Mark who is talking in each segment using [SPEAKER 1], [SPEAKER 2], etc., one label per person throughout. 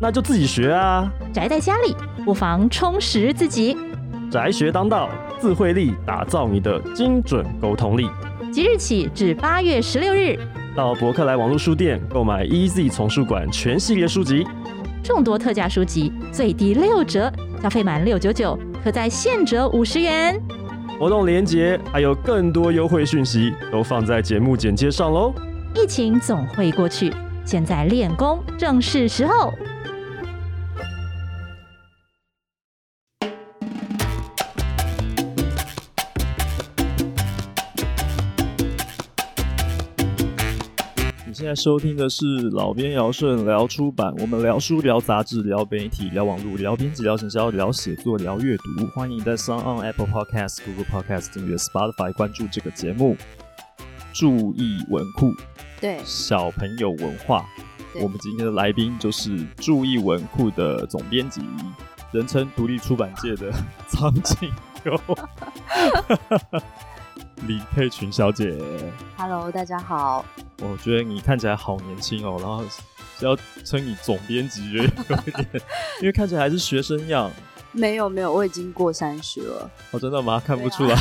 [SPEAKER 1] 那就自己学啊！
[SPEAKER 2] 宅在家里，不妨充实自己。
[SPEAKER 1] 宅学当道，智慧力打造你的精准沟通力。
[SPEAKER 2] 即日起至八月十六日，
[SPEAKER 1] 到博客来网络书店购买 EZ 丛书馆全系列书籍。
[SPEAKER 2] 众多特价书籍最低六折，消费满六九九可再现折五十元。
[SPEAKER 1] 活动链接还有更多优惠讯息都放在节目简介上喽。
[SPEAKER 2] 疫情总会过去，现在练功正是时候。
[SPEAKER 1] 你现在收听的是老编姚顺聊出版，我们聊书、聊杂志、聊媒体、聊网络、聊编辑、聊行销、聊写作、聊阅读。欢迎在 s o n Apple Podcast、Google Podcast 订阅 Spotify 关注这个节目。注意文库，
[SPEAKER 3] 对
[SPEAKER 1] 小朋友文化。
[SPEAKER 3] 对
[SPEAKER 1] 我们今天的来宾就是注意文库的总编辑，人称独立出版界的 苍井优， 李佩群小姐。
[SPEAKER 3] ，Hello，大家好，
[SPEAKER 1] 我觉得你看起来好年轻哦，然后要称你总编辑也有一点，因为看起来还是学生样。
[SPEAKER 3] 没有没有，我已经过三十了，
[SPEAKER 1] 哦，真的吗？看不出来。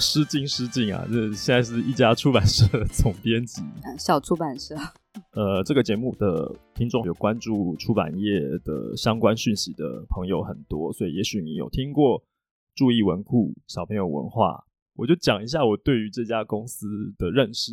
[SPEAKER 1] 失敬失敬啊！这现在是一家出版社的总编辑。
[SPEAKER 3] 呃小出版社，
[SPEAKER 1] 呃，这个节目的听众有关注出版业的相关讯息的朋友很多，所以也许你有听过注意文库、小朋友文化。我就讲一下我对于这家公司的认识，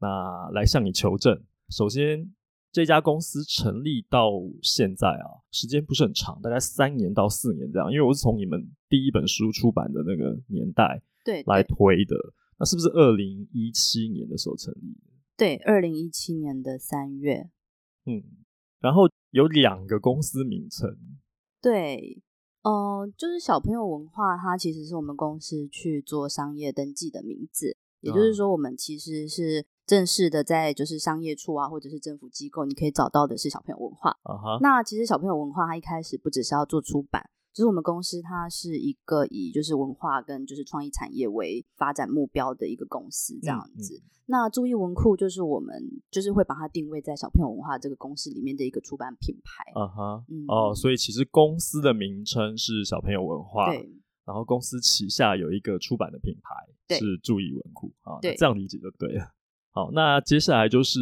[SPEAKER 1] 那来向你求证。首先，这家公司成立到现在啊，时间不是很长，大概三年到四年这样。因为我是从你们第一本书出版的那个年代
[SPEAKER 3] 对，
[SPEAKER 1] 来
[SPEAKER 3] 对
[SPEAKER 1] 推的，那是不是二零一七年的时候成立的？
[SPEAKER 3] 对，二零一七年的三月，
[SPEAKER 1] 嗯，然后有两个公司名称，
[SPEAKER 3] 对，嗯，就是小朋友文化，它其实是我们公司去做商业登记的名字，也就是
[SPEAKER 1] 嗯
[SPEAKER 3] 说，我们其实是正式的在就是商业处啊，或者是政府机构，你可以找到的是小朋友文化。
[SPEAKER 1] 啊哈，
[SPEAKER 3] 那其实小朋友文化，它一开始不只是要做出版，就是我们公司它是一个以就是文化跟就是创意产业为发展目标的一个公司
[SPEAKER 1] 嗯
[SPEAKER 3] 这样子。那注意文库就是我们就是会把它定位在小朋友文化这个公司里面的一个出版品牌。
[SPEAKER 1] 啊哈，
[SPEAKER 3] 嗯
[SPEAKER 1] 哦，所以其实公司的名称是小朋友文化，
[SPEAKER 3] 对
[SPEAKER 1] 然后公司旗下有一个出版的品牌
[SPEAKER 3] 对
[SPEAKER 1] 是注意文库啊，那
[SPEAKER 3] 对
[SPEAKER 1] 这样理解就对了。好，那接下来就是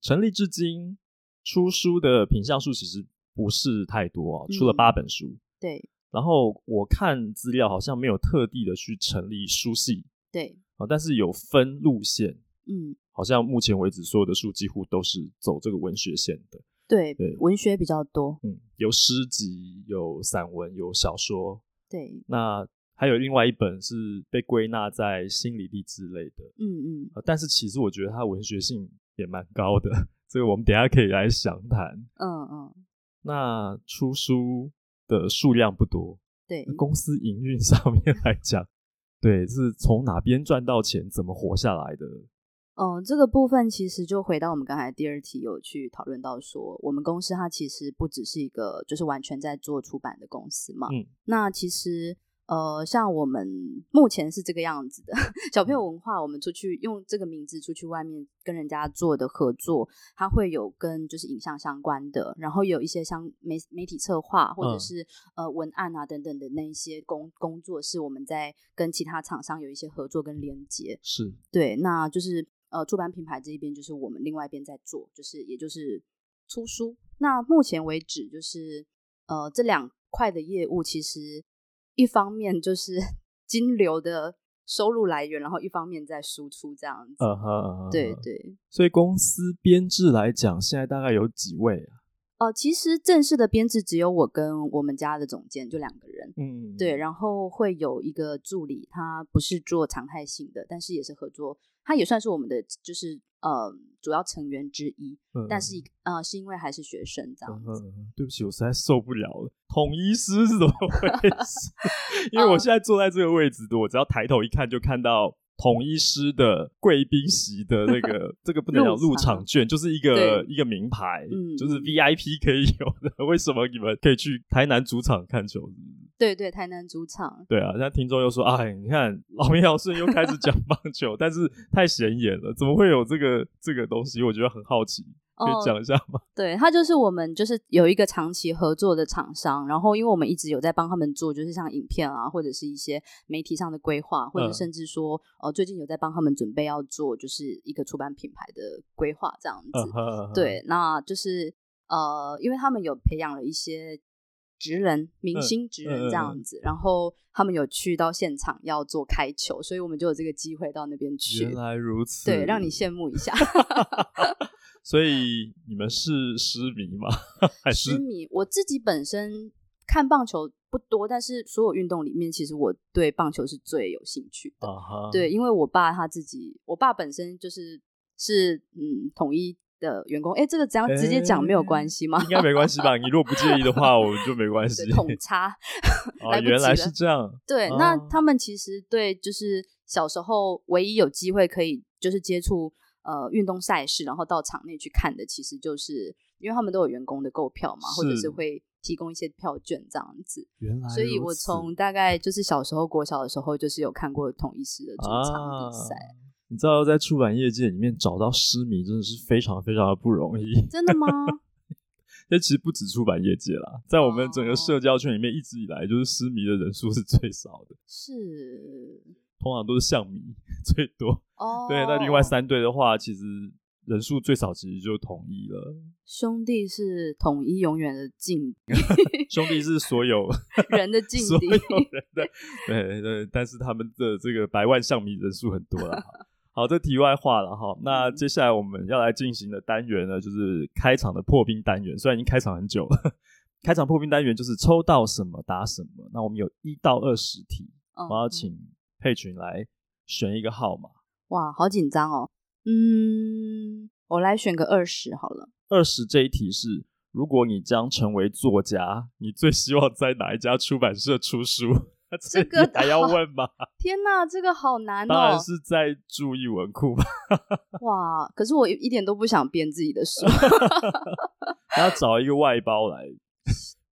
[SPEAKER 1] 成立至今出书的品项数其实不是太多哦，出了
[SPEAKER 3] 嗯
[SPEAKER 1] 八本书，
[SPEAKER 3] 对
[SPEAKER 1] 然后我看资料好像没有特地的去成立书系
[SPEAKER 3] 对，
[SPEAKER 1] 啊，但是有分路线，
[SPEAKER 3] 嗯，
[SPEAKER 1] 好像目前为止所有的书几乎都是走这个文学线的。
[SPEAKER 3] 对，
[SPEAKER 1] 对
[SPEAKER 3] 文学比较多。
[SPEAKER 1] 嗯，有诗集，有散文，有小说。
[SPEAKER 3] 对，
[SPEAKER 1] 那还有另外一本是被归纳在心理励志类的、
[SPEAKER 3] 嗯嗯
[SPEAKER 1] 呃但是其实我觉得它文学性也蛮高的，这个我们等一下可以来详谈。
[SPEAKER 3] 嗯嗯，
[SPEAKER 1] 那出书的数量不多，
[SPEAKER 3] 对，
[SPEAKER 1] 公司营运 上面来讲，对，是从哪边赚到钱，怎么活下来的？
[SPEAKER 3] 嗯，这个部分其实就回到我们刚才第二题有去讨论到说，我们公司它其实不只是一个就是完全在做出版的公司嘛。
[SPEAKER 1] 嗯，
[SPEAKER 3] 那其实呃，像我们目前是这个样子的， 小
[SPEAKER 1] 嗯
[SPEAKER 3] 朋友文化，我们出去用这个名字出去外面跟人家做的合作，它会有跟就是影像相关的，然后有一些像媒媒体策划或者
[SPEAKER 1] 嗯
[SPEAKER 3] 是、呃文案啊等等的那一些工工作，是我们在跟其他厂商有一些合作跟连接。
[SPEAKER 1] 是
[SPEAKER 3] 对，那就是呃，出版品牌这一边就是我们另外一边在做，就是也就是出书。那目前为止，就是呃这两块的业务，其实一方面就是 金流的收入来源，然后一方面在输出这样子。
[SPEAKER 1] 呃哈，嗯哼
[SPEAKER 3] 对对，
[SPEAKER 1] 所以公司编制来讲，现在大概有几位啊？
[SPEAKER 3] 呃，其实正式的编制只有我跟我们家的总监就两个人，
[SPEAKER 1] 嗯，
[SPEAKER 3] 对，然后会有一个助理，他不是做常态性的，但是也是合作，他也算是我们的就是呃主要成员之一，
[SPEAKER 1] 嗯，
[SPEAKER 3] 但是呃是因为还是学生这样
[SPEAKER 1] 嗯
[SPEAKER 3] 子。
[SPEAKER 1] 嗯，对不起，我实在受不了了。统一师是怎么回事？ 因为
[SPEAKER 3] 哦
[SPEAKER 1] 我现在坐在这个位置，我只要抬头一看，就看到统一师的贵宾席的那 个，这个不能叫入
[SPEAKER 3] 入场
[SPEAKER 1] 场券，就是一个
[SPEAKER 3] 对
[SPEAKER 1] 一个名牌，
[SPEAKER 3] 嗯
[SPEAKER 1] 就是 VIP 可以有的。 为什么你们可以去台南主场看球？
[SPEAKER 3] 对对，台南主场，
[SPEAKER 1] 对啊，现在听众又说啊，你看老苗尧舜又开始讲棒 球，但是太显眼了，怎么会有这个这个东西？我觉得很好奇，可以
[SPEAKER 3] 哦
[SPEAKER 1] 讲一下吗？
[SPEAKER 3] 对他就是我们就是有一个长期合作的厂商，然后因为我们一直有在帮他们做，就是像影片啊，或者是一些媒体上的规划，或者
[SPEAKER 1] 嗯
[SPEAKER 3] 甚至说呃最近有在帮他们准备要做就是一个出版品牌的规划这样子。
[SPEAKER 1] 嗯，
[SPEAKER 3] 对，那就是呃，因为他们有培养了一些职人、明
[SPEAKER 1] 嗯
[SPEAKER 3] 星职人
[SPEAKER 1] 嗯嗯
[SPEAKER 3] 这样子，然后他们有去到现场要做开球，所以我们就有这个机会到那边
[SPEAKER 1] 原
[SPEAKER 3] 去，
[SPEAKER 1] 来如此，
[SPEAKER 3] 对，让你羡慕一下。
[SPEAKER 1] 所以你们是失迷吗？ 还
[SPEAKER 3] 痴
[SPEAKER 1] 是
[SPEAKER 3] 迷，我自己本身看棒球不多，但是所有运动里面，其实我对棒球是最有兴趣的。
[SPEAKER 1] 啊哈？
[SPEAKER 3] 对，因为我爸他自己，我爸本身就是是嗯统一的员工，哎，这个这样直接讲没有关系吗？
[SPEAKER 1] 应该没关系吧？你如果不介意的话，我们就没关系
[SPEAKER 3] 对。统差
[SPEAKER 1] 啊，
[SPEAKER 3] 来不及
[SPEAKER 1] 原来
[SPEAKER 3] 了
[SPEAKER 1] 是这样，
[SPEAKER 3] 对，那
[SPEAKER 1] 哦
[SPEAKER 3] 他们其实对就是小时候唯一有机会可以就是接触呃运动赛事，然后到场内去看的，其实就是因为他们都有员工的购票嘛，或者
[SPEAKER 1] 是
[SPEAKER 3] 是会提供一些票券这样子。
[SPEAKER 1] 原来如此。
[SPEAKER 3] 所以我从大概就是小时候国小的时候，就是有看过统一师的主场比赛，
[SPEAKER 1] 啊你知道要在出版业界里面找到失迷，真的是非常非常的不容易。
[SPEAKER 3] 真的吗？
[SPEAKER 1] 这其实不止出版业界啦，在我们整个
[SPEAKER 3] 哦
[SPEAKER 1] 社交圈里面，一直以来就是失迷的人数是最少的，
[SPEAKER 3] 是
[SPEAKER 1] 通常都是象迷最多。
[SPEAKER 3] 哦，
[SPEAKER 1] 对，那另外三队的话，其实人数最少，其实就统一了。
[SPEAKER 3] 兄弟是统一永远的劲
[SPEAKER 1] 兄弟是所有
[SPEAKER 3] 人的劲
[SPEAKER 1] 所
[SPEAKER 3] 敌
[SPEAKER 1] 有，人的，对对，但是他们的这个百万象迷人数很多啦。好，这题外话了哈。那
[SPEAKER 3] 嗯
[SPEAKER 1] 接下来我们要来进行的单元呢，就是开场的破冰单元。虽然已经开场很久了，开场破冰单元就是抽到什么答什么。那我们有一到二十题，
[SPEAKER 3] 嗯
[SPEAKER 1] 我要请佩群来选一个号码。
[SPEAKER 3] 哇，好紧张哦。嗯，我来选个二十好了。
[SPEAKER 1] 二十这一题是：如果你将成为作家，你最希望在哪一家出版社出书？
[SPEAKER 3] 这个
[SPEAKER 1] 你还要问吗？
[SPEAKER 3] 天哪，这个好难
[SPEAKER 1] 当然
[SPEAKER 3] 哦！
[SPEAKER 1] 是在注意文库吧。
[SPEAKER 3] 哇，可是我一点都不想编自己 的书。
[SPEAKER 1] 要找一个外包来，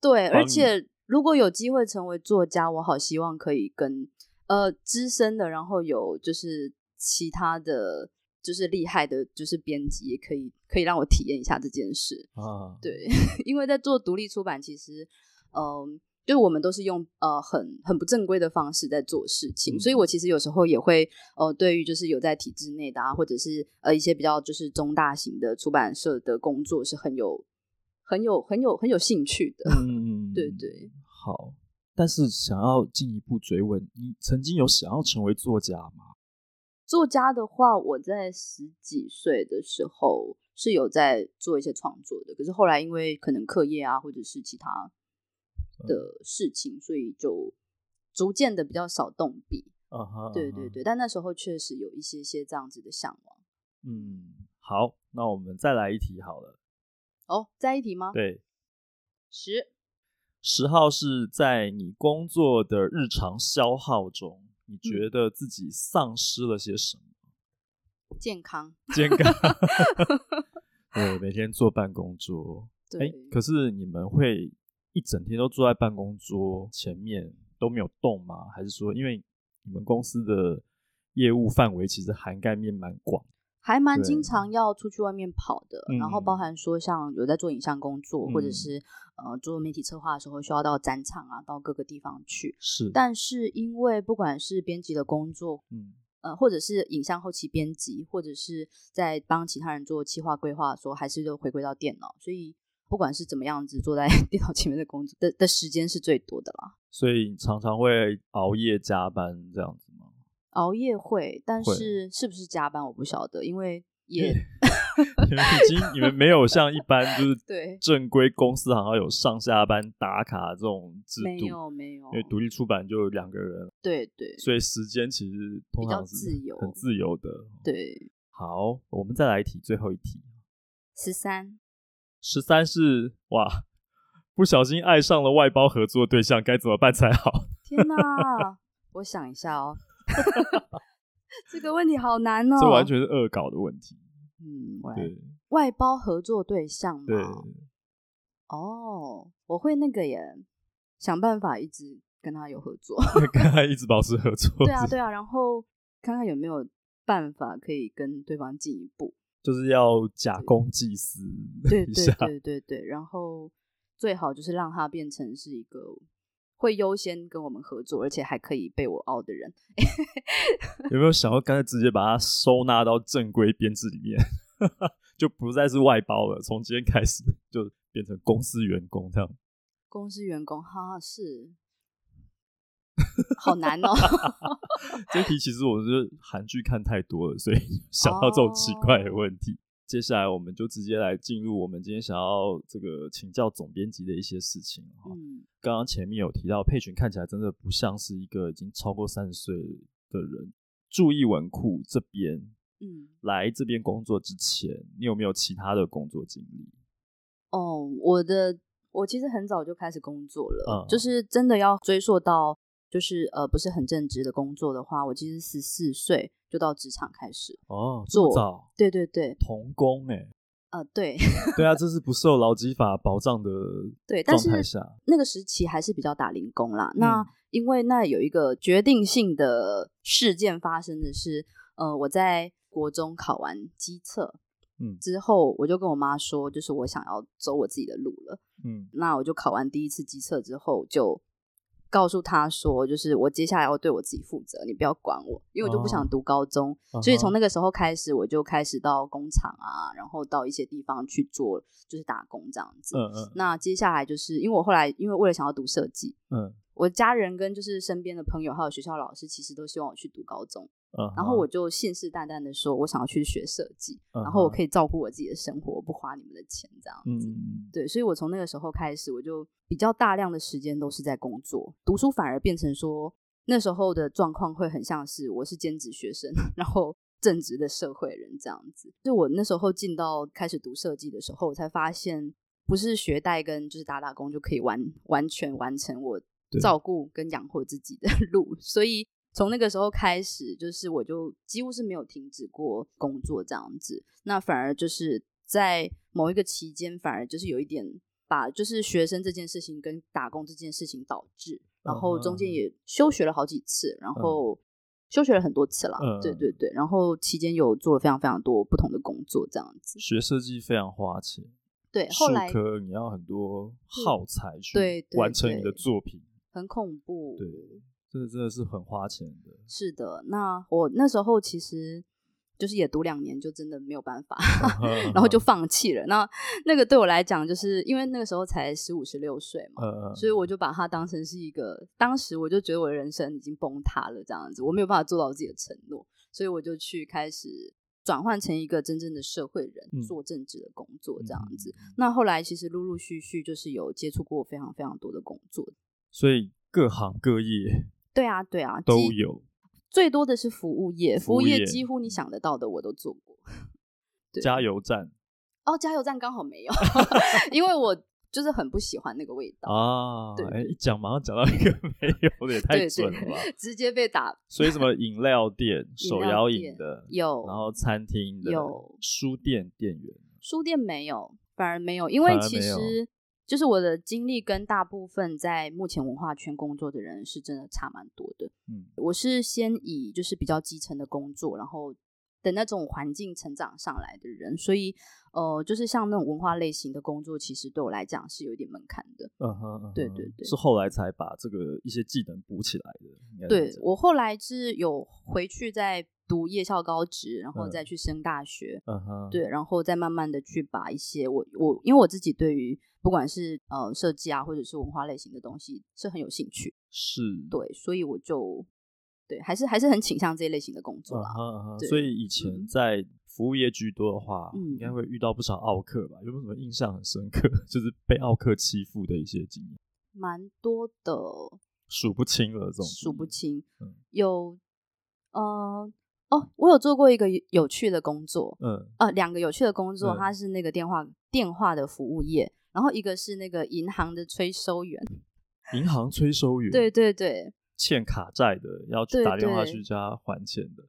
[SPEAKER 3] 对，
[SPEAKER 1] 帮
[SPEAKER 3] 而
[SPEAKER 1] 你
[SPEAKER 3] 且如果有机会成为作家，我好希望可以跟呃资深的，然后有就是其他的，就是厉害的，就是编辑也可以可以让我体验一下这件事。
[SPEAKER 1] 啊，
[SPEAKER 3] 对， 因为在做独立出版，其实嗯。就是我们都是用呃很很不正规的方式在做事情，
[SPEAKER 1] 嗯
[SPEAKER 3] 所以我其实有时候也会呃对于就是有在体制内的啊，或者是呃一些比较就是中大型的出版社的工作是很有很有很有很有兴趣的。
[SPEAKER 1] 嗯，
[SPEAKER 3] 对，对，
[SPEAKER 1] 好。但是想要进一步追问，你曾经有想要成为作家吗？
[SPEAKER 3] 作家的话，我在十几岁的时候是有在做一些创作的，可是后来因为可能课业啊，或者是其他
[SPEAKER 1] 嗯
[SPEAKER 3] 的事情，所以就逐渐的比较少动笔。
[SPEAKER 1] 啊哈
[SPEAKER 3] 对对，对，但那时候确实有一些些这样子的向往。
[SPEAKER 1] 嗯，好，那我们再来一题好了。
[SPEAKER 3] 哦，再一题吗？
[SPEAKER 1] 对，
[SPEAKER 3] 十
[SPEAKER 1] 十号是在你工作的日常消耗中，你觉得自己丧失了些什么？
[SPEAKER 3] 健康。
[SPEAKER 1] 健康。 对，每天坐办公桌。哎、
[SPEAKER 3] 对，
[SPEAKER 1] 可是你们会一整天都坐在办公桌前面都没有动吗？还是说，因为你们公司的业务范围其实涵盖面蛮广，
[SPEAKER 3] 还蛮
[SPEAKER 1] 对
[SPEAKER 3] 经常要出去外面跑的，然后包
[SPEAKER 1] 嗯
[SPEAKER 3] 含说像有在做影像工作，或者
[SPEAKER 1] 嗯
[SPEAKER 3] 是呃做媒体策划的时候，需要到展场啊，到各个地方去。
[SPEAKER 1] 是，
[SPEAKER 3] 但是因为不管是编辑的工作，
[SPEAKER 1] 嗯
[SPEAKER 3] 呃，或者是影像后期编辑，或者是在帮其他人做企划规划的时候，还是就回归到电脑，所以不管是怎么样子，坐在 电脑前面的工作的的时间是最多的啦。
[SPEAKER 1] 所以你常常会熬夜加班这样子吗？
[SPEAKER 3] 熬夜会，但
[SPEAKER 1] 会
[SPEAKER 3] 是是不是加班我不晓得，因为也
[SPEAKER 1] 也你们已经你们没有像一般就是
[SPEAKER 3] 对
[SPEAKER 1] 正规公司好像有上下班打卡这种制
[SPEAKER 3] 没
[SPEAKER 1] 度，
[SPEAKER 3] 有没有
[SPEAKER 1] 因为，独立出版就有两个人，
[SPEAKER 3] 对对
[SPEAKER 1] 所以时间其实通常是
[SPEAKER 3] 比较自由
[SPEAKER 1] 很自由的。
[SPEAKER 3] 对，
[SPEAKER 1] 好，我们再来一题，最后一题，
[SPEAKER 3] 十三
[SPEAKER 1] 十三是哇，不小心爱上了外包合作对象，该怎么办才好？
[SPEAKER 3] 天哪！我想一下哦， 这个问题好难哦。
[SPEAKER 1] 这完全是恶搞的问题。
[SPEAKER 3] 嗯，我来
[SPEAKER 1] 对
[SPEAKER 3] 外包合作对象嘛。
[SPEAKER 1] 对，
[SPEAKER 3] 哦，我会那个耶，想办法一直跟他有合作。
[SPEAKER 1] 跟他一直保持合作，
[SPEAKER 3] 对啊，对啊，然后看看有没有办法可以跟对方进一 步。
[SPEAKER 1] 就是要假公济私
[SPEAKER 3] 对
[SPEAKER 1] 一
[SPEAKER 3] 对
[SPEAKER 1] 下。
[SPEAKER 3] 对对对，然后最好就是让他变成是一个会优先跟我们合作，而且还可以被我凹的人。
[SPEAKER 1] 有没有想要干脆直接把它收纳到正规编制里面， 就不再是外包了？从今天开始就变成公司员工这样。
[SPEAKER 3] 公司员工，哈哈是，好难 哦。
[SPEAKER 1] 这题其实我是韩剧看太多了，所 以想到这种奇怪的问题。接下来我们就直接来进入我们今天想要这个请教总编辑的一些事情哈。
[SPEAKER 3] 嗯，
[SPEAKER 1] 刚刚前面有提到，佩群看起来真的不像是一个已经超过三十岁的人。注意文库这边，
[SPEAKER 3] 嗯，
[SPEAKER 1] 来这边工作之前，你有没有其他的工作经历？
[SPEAKER 3] 哦，我的我其实很早就开始工作了，
[SPEAKER 1] 嗯
[SPEAKER 3] 就是真的要追溯到就是呃不是很正职的工作的话，我其实十四岁就到职场开始。
[SPEAKER 1] 哦，这么
[SPEAKER 3] 做
[SPEAKER 1] 早
[SPEAKER 3] 对对对，
[SPEAKER 1] 童工哎、
[SPEAKER 3] 呃对
[SPEAKER 1] 对啊，这是不受劳基法保障的
[SPEAKER 3] 对，但
[SPEAKER 1] 状
[SPEAKER 3] 是
[SPEAKER 1] 态啊嗯下，
[SPEAKER 3] 那个时期还是比较打零工啦。那因为那有一个决定性的事件发生的是，呃，我在国中考完机测
[SPEAKER 1] 嗯
[SPEAKER 3] 之后，我就跟我妈说，就是我想要走我自己的路了。
[SPEAKER 1] 嗯
[SPEAKER 3] 那我就考完第一次机测之后，就告诉她说，就是我接下来要对我自己负责，你不要管我，因为我就不想
[SPEAKER 1] 哦
[SPEAKER 3] 读高中。所以从
[SPEAKER 1] 那
[SPEAKER 3] 那个时候开始，我就开始到工厂啊，然后到一些地方去做，就是打工这样子。
[SPEAKER 1] 嗯嗯
[SPEAKER 3] 那接下来就是因为我后来因为为了想要读设计，
[SPEAKER 1] 嗯
[SPEAKER 3] 我家人跟就是身边的朋友还有学校老师，其实都希望我去读高中，
[SPEAKER 1] 嗯，
[SPEAKER 3] 然后我就信誓旦旦的说，我想要去学设计，
[SPEAKER 1] 嗯哼
[SPEAKER 3] 然后我可以照顾我自己的生活，不花你们的钱这样
[SPEAKER 1] 嗯
[SPEAKER 3] 子。
[SPEAKER 1] 嗯
[SPEAKER 3] 对，所以我从那个时候开始，我就比较大量的时间都是在工作，读书反而变成说那时候的状况会很像是我是兼职学生， 然后正职的社会人这样子。就我那时候进到开始读设计的时候，我才发现不是学贷跟就是打打工就可以完完全完成我
[SPEAKER 1] 对
[SPEAKER 3] 照顾跟养活自己的 路，所以。从那个时候开始，就是我就几乎是没有停止过工作这样子，那反而就是在某一个期间，反而就是有一点把就是学生这件事情跟打工这件事情导致，然后中间也休学了好几次，然后休学了很多次啦，
[SPEAKER 1] 嗯
[SPEAKER 3] 对对对，然后期间有做了非常非常多不同的工作，这样子，
[SPEAKER 1] 学设计非常花钱，
[SPEAKER 3] 对，
[SPEAKER 1] 术
[SPEAKER 3] 后来嗯
[SPEAKER 1] 科你要很多耗材去
[SPEAKER 3] 对对
[SPEAKER 1] 完成你的
[SPEAKER 3] 对
[SPEAKER 1] 作品，
[SPEAKER 3] 很恐怖，
[SPEAKER 1] 对，这个真的是很花钱的。
[SPEAKER 3] 是的，那我那时候其实就是也读两年，就真的没有办法，啊
[SPEAKER 1] 嗯
[SPEAKER 3] 然后就放弃了。那那个对我来讲，就是因为那个时候才十五十六岁嘛，
[SPEAKER 1] 呃，
[SPEAKER 3] 所以我就把它当成是一个，当时我就觉得我的人生已经崩塌了，这样子，我没有办法做到自己的承诺，所以我就去开始转换成一个真正的社会人，
[SPEAKER 1] 嗯
[SPEAKER 3] 做正职的工作这样子。
[SPEAKER 1] 嗯
[SPEAKER 3] 那后来其实陆陆续续就是有接触过非常非常多的工作，
[SPEAKER 1] 所以各行各业
[SPEAKER 3] 对啊，对啊，
[SPEAKER 1] 都
[SPEAKER 3] 基
[SPEAKER 1] 有，
[SPEAKER 3] 最多的是服务业，
[SPEAKER 1] 服
[SPEAKER 3] 服
[SPEAKER 1] 务
[SPEAKER 3] 务
[SPEAKER 1] 业嗯
[SPEAKER 3] 业几乎你想得到的我都做过。对
[SPEAKER 1] 加油站
[SPEAKER 3] 哦，加油站刚好 没有，因为我就是很不喜欢那个味道，
[SPEAKER 1] 啊
[SPEAKER 3] 对，
[SPEAKER 1] 哎，一讲马上讲到一个 没有的，也太
[SPEAKER 3] 对
[SPEAKER 1] 准了吧？
[SPEAKER 3] 直接被打
[SPEAKER 1] 所以什么饮料 店、手摇饮
[SPEAKER 3] 店
[SPEAKER 1] 的，
[SPEAKER 3] 有，
[SPEAKER 1] 嗯然后餐厅的
[SPEAKER 3] 有，
[SPEAKER 1] 书店店员，
[SPEAKER 3] 书店没有，反而没有，因
[SPEAKER 1] 反
[SPEAKER 3] 为
[SPEAKER 1] 而
[SPEAKER 3] 其
[SPEAKER 1] 没有
[SPEAKER 3] 实就是我的经历跟大部分在目前文化圈工作的人是真的差蛮多的。
[SPEAKER 1] 嗯
[SPEAKER 3] 我是先以就是比较基层的工作，然后的那种环境成长上来的人，所以呃，就是像那种文化类型的工作，其实对我来讲是有一点门槛的。
[SPEAKER 1] 嗯哼，嗯哼
[SPEAKER 3] 对对对
[SPEAKER 1] 是后来才把这个一些技能补起来的，应该这样
[SPEAKER 3] 对
[SPEAKER 1] 讲
[SPEAKER 3] 我后来是有回去再读夜校高职，然后
[SPEAKER 1] 嗯
[SPEAKER 3] 再去升大学，
[SPEAKER 1] 嗯哼，
[SPEAKER 3] 对，然后再慢慢的去把一些我我因为我自己对于不管是呃设计啊，或者是文化类型的东西是很有兴趣，
[SPEAKER 1] 是，
[SPEAKER 3] 对，所以我就对，还是还是很倾向这一类型的工作
[SPEAKER 1] 嗯
[SPEAKER 3] 啦。
[SPEAKER 1] 哼嗯哼
[SPEAKER 3] 对
[SPEAKER 1] 所以以前
[SPEAKER 3] 嗯
[SPEAKER 1] 在服务业居多的话，
[SPEAKER 3] 嗯
[SPEAKER 1] 应该会遇到不少奥客吧？有没有什么印象很深刻， 就是被奥客欺负的一些经验，
[SPEAKER 3] 蛮多的，
[SPEAKER 1] 数不清了这种。
[SPEAKER 3] 数不。清
[SPEAKER 1] 嗯。
[SPEAKER 3] 有，呃，哦，我有做过一个有有趣的工作，
[SPEAKER 1] 嗯
[SPEAKER 3] 呃，两个有趣的工作，
[SPEAKER 1] 嗯
[SPEAKER 3] 它是那个电话电话的服务业，然后一个是那个银行的催收员。
[SPEAKER 1] 银行催收员，
[SPEAKER 3] 对，对对
[SPEAKER 1] 欠卡债的要去
[SPEAKER 3] 对
[SPEAKER 1] 打电话
[SPEAKER 3] 对
[SPEAKER 1] 去叫他还钱的。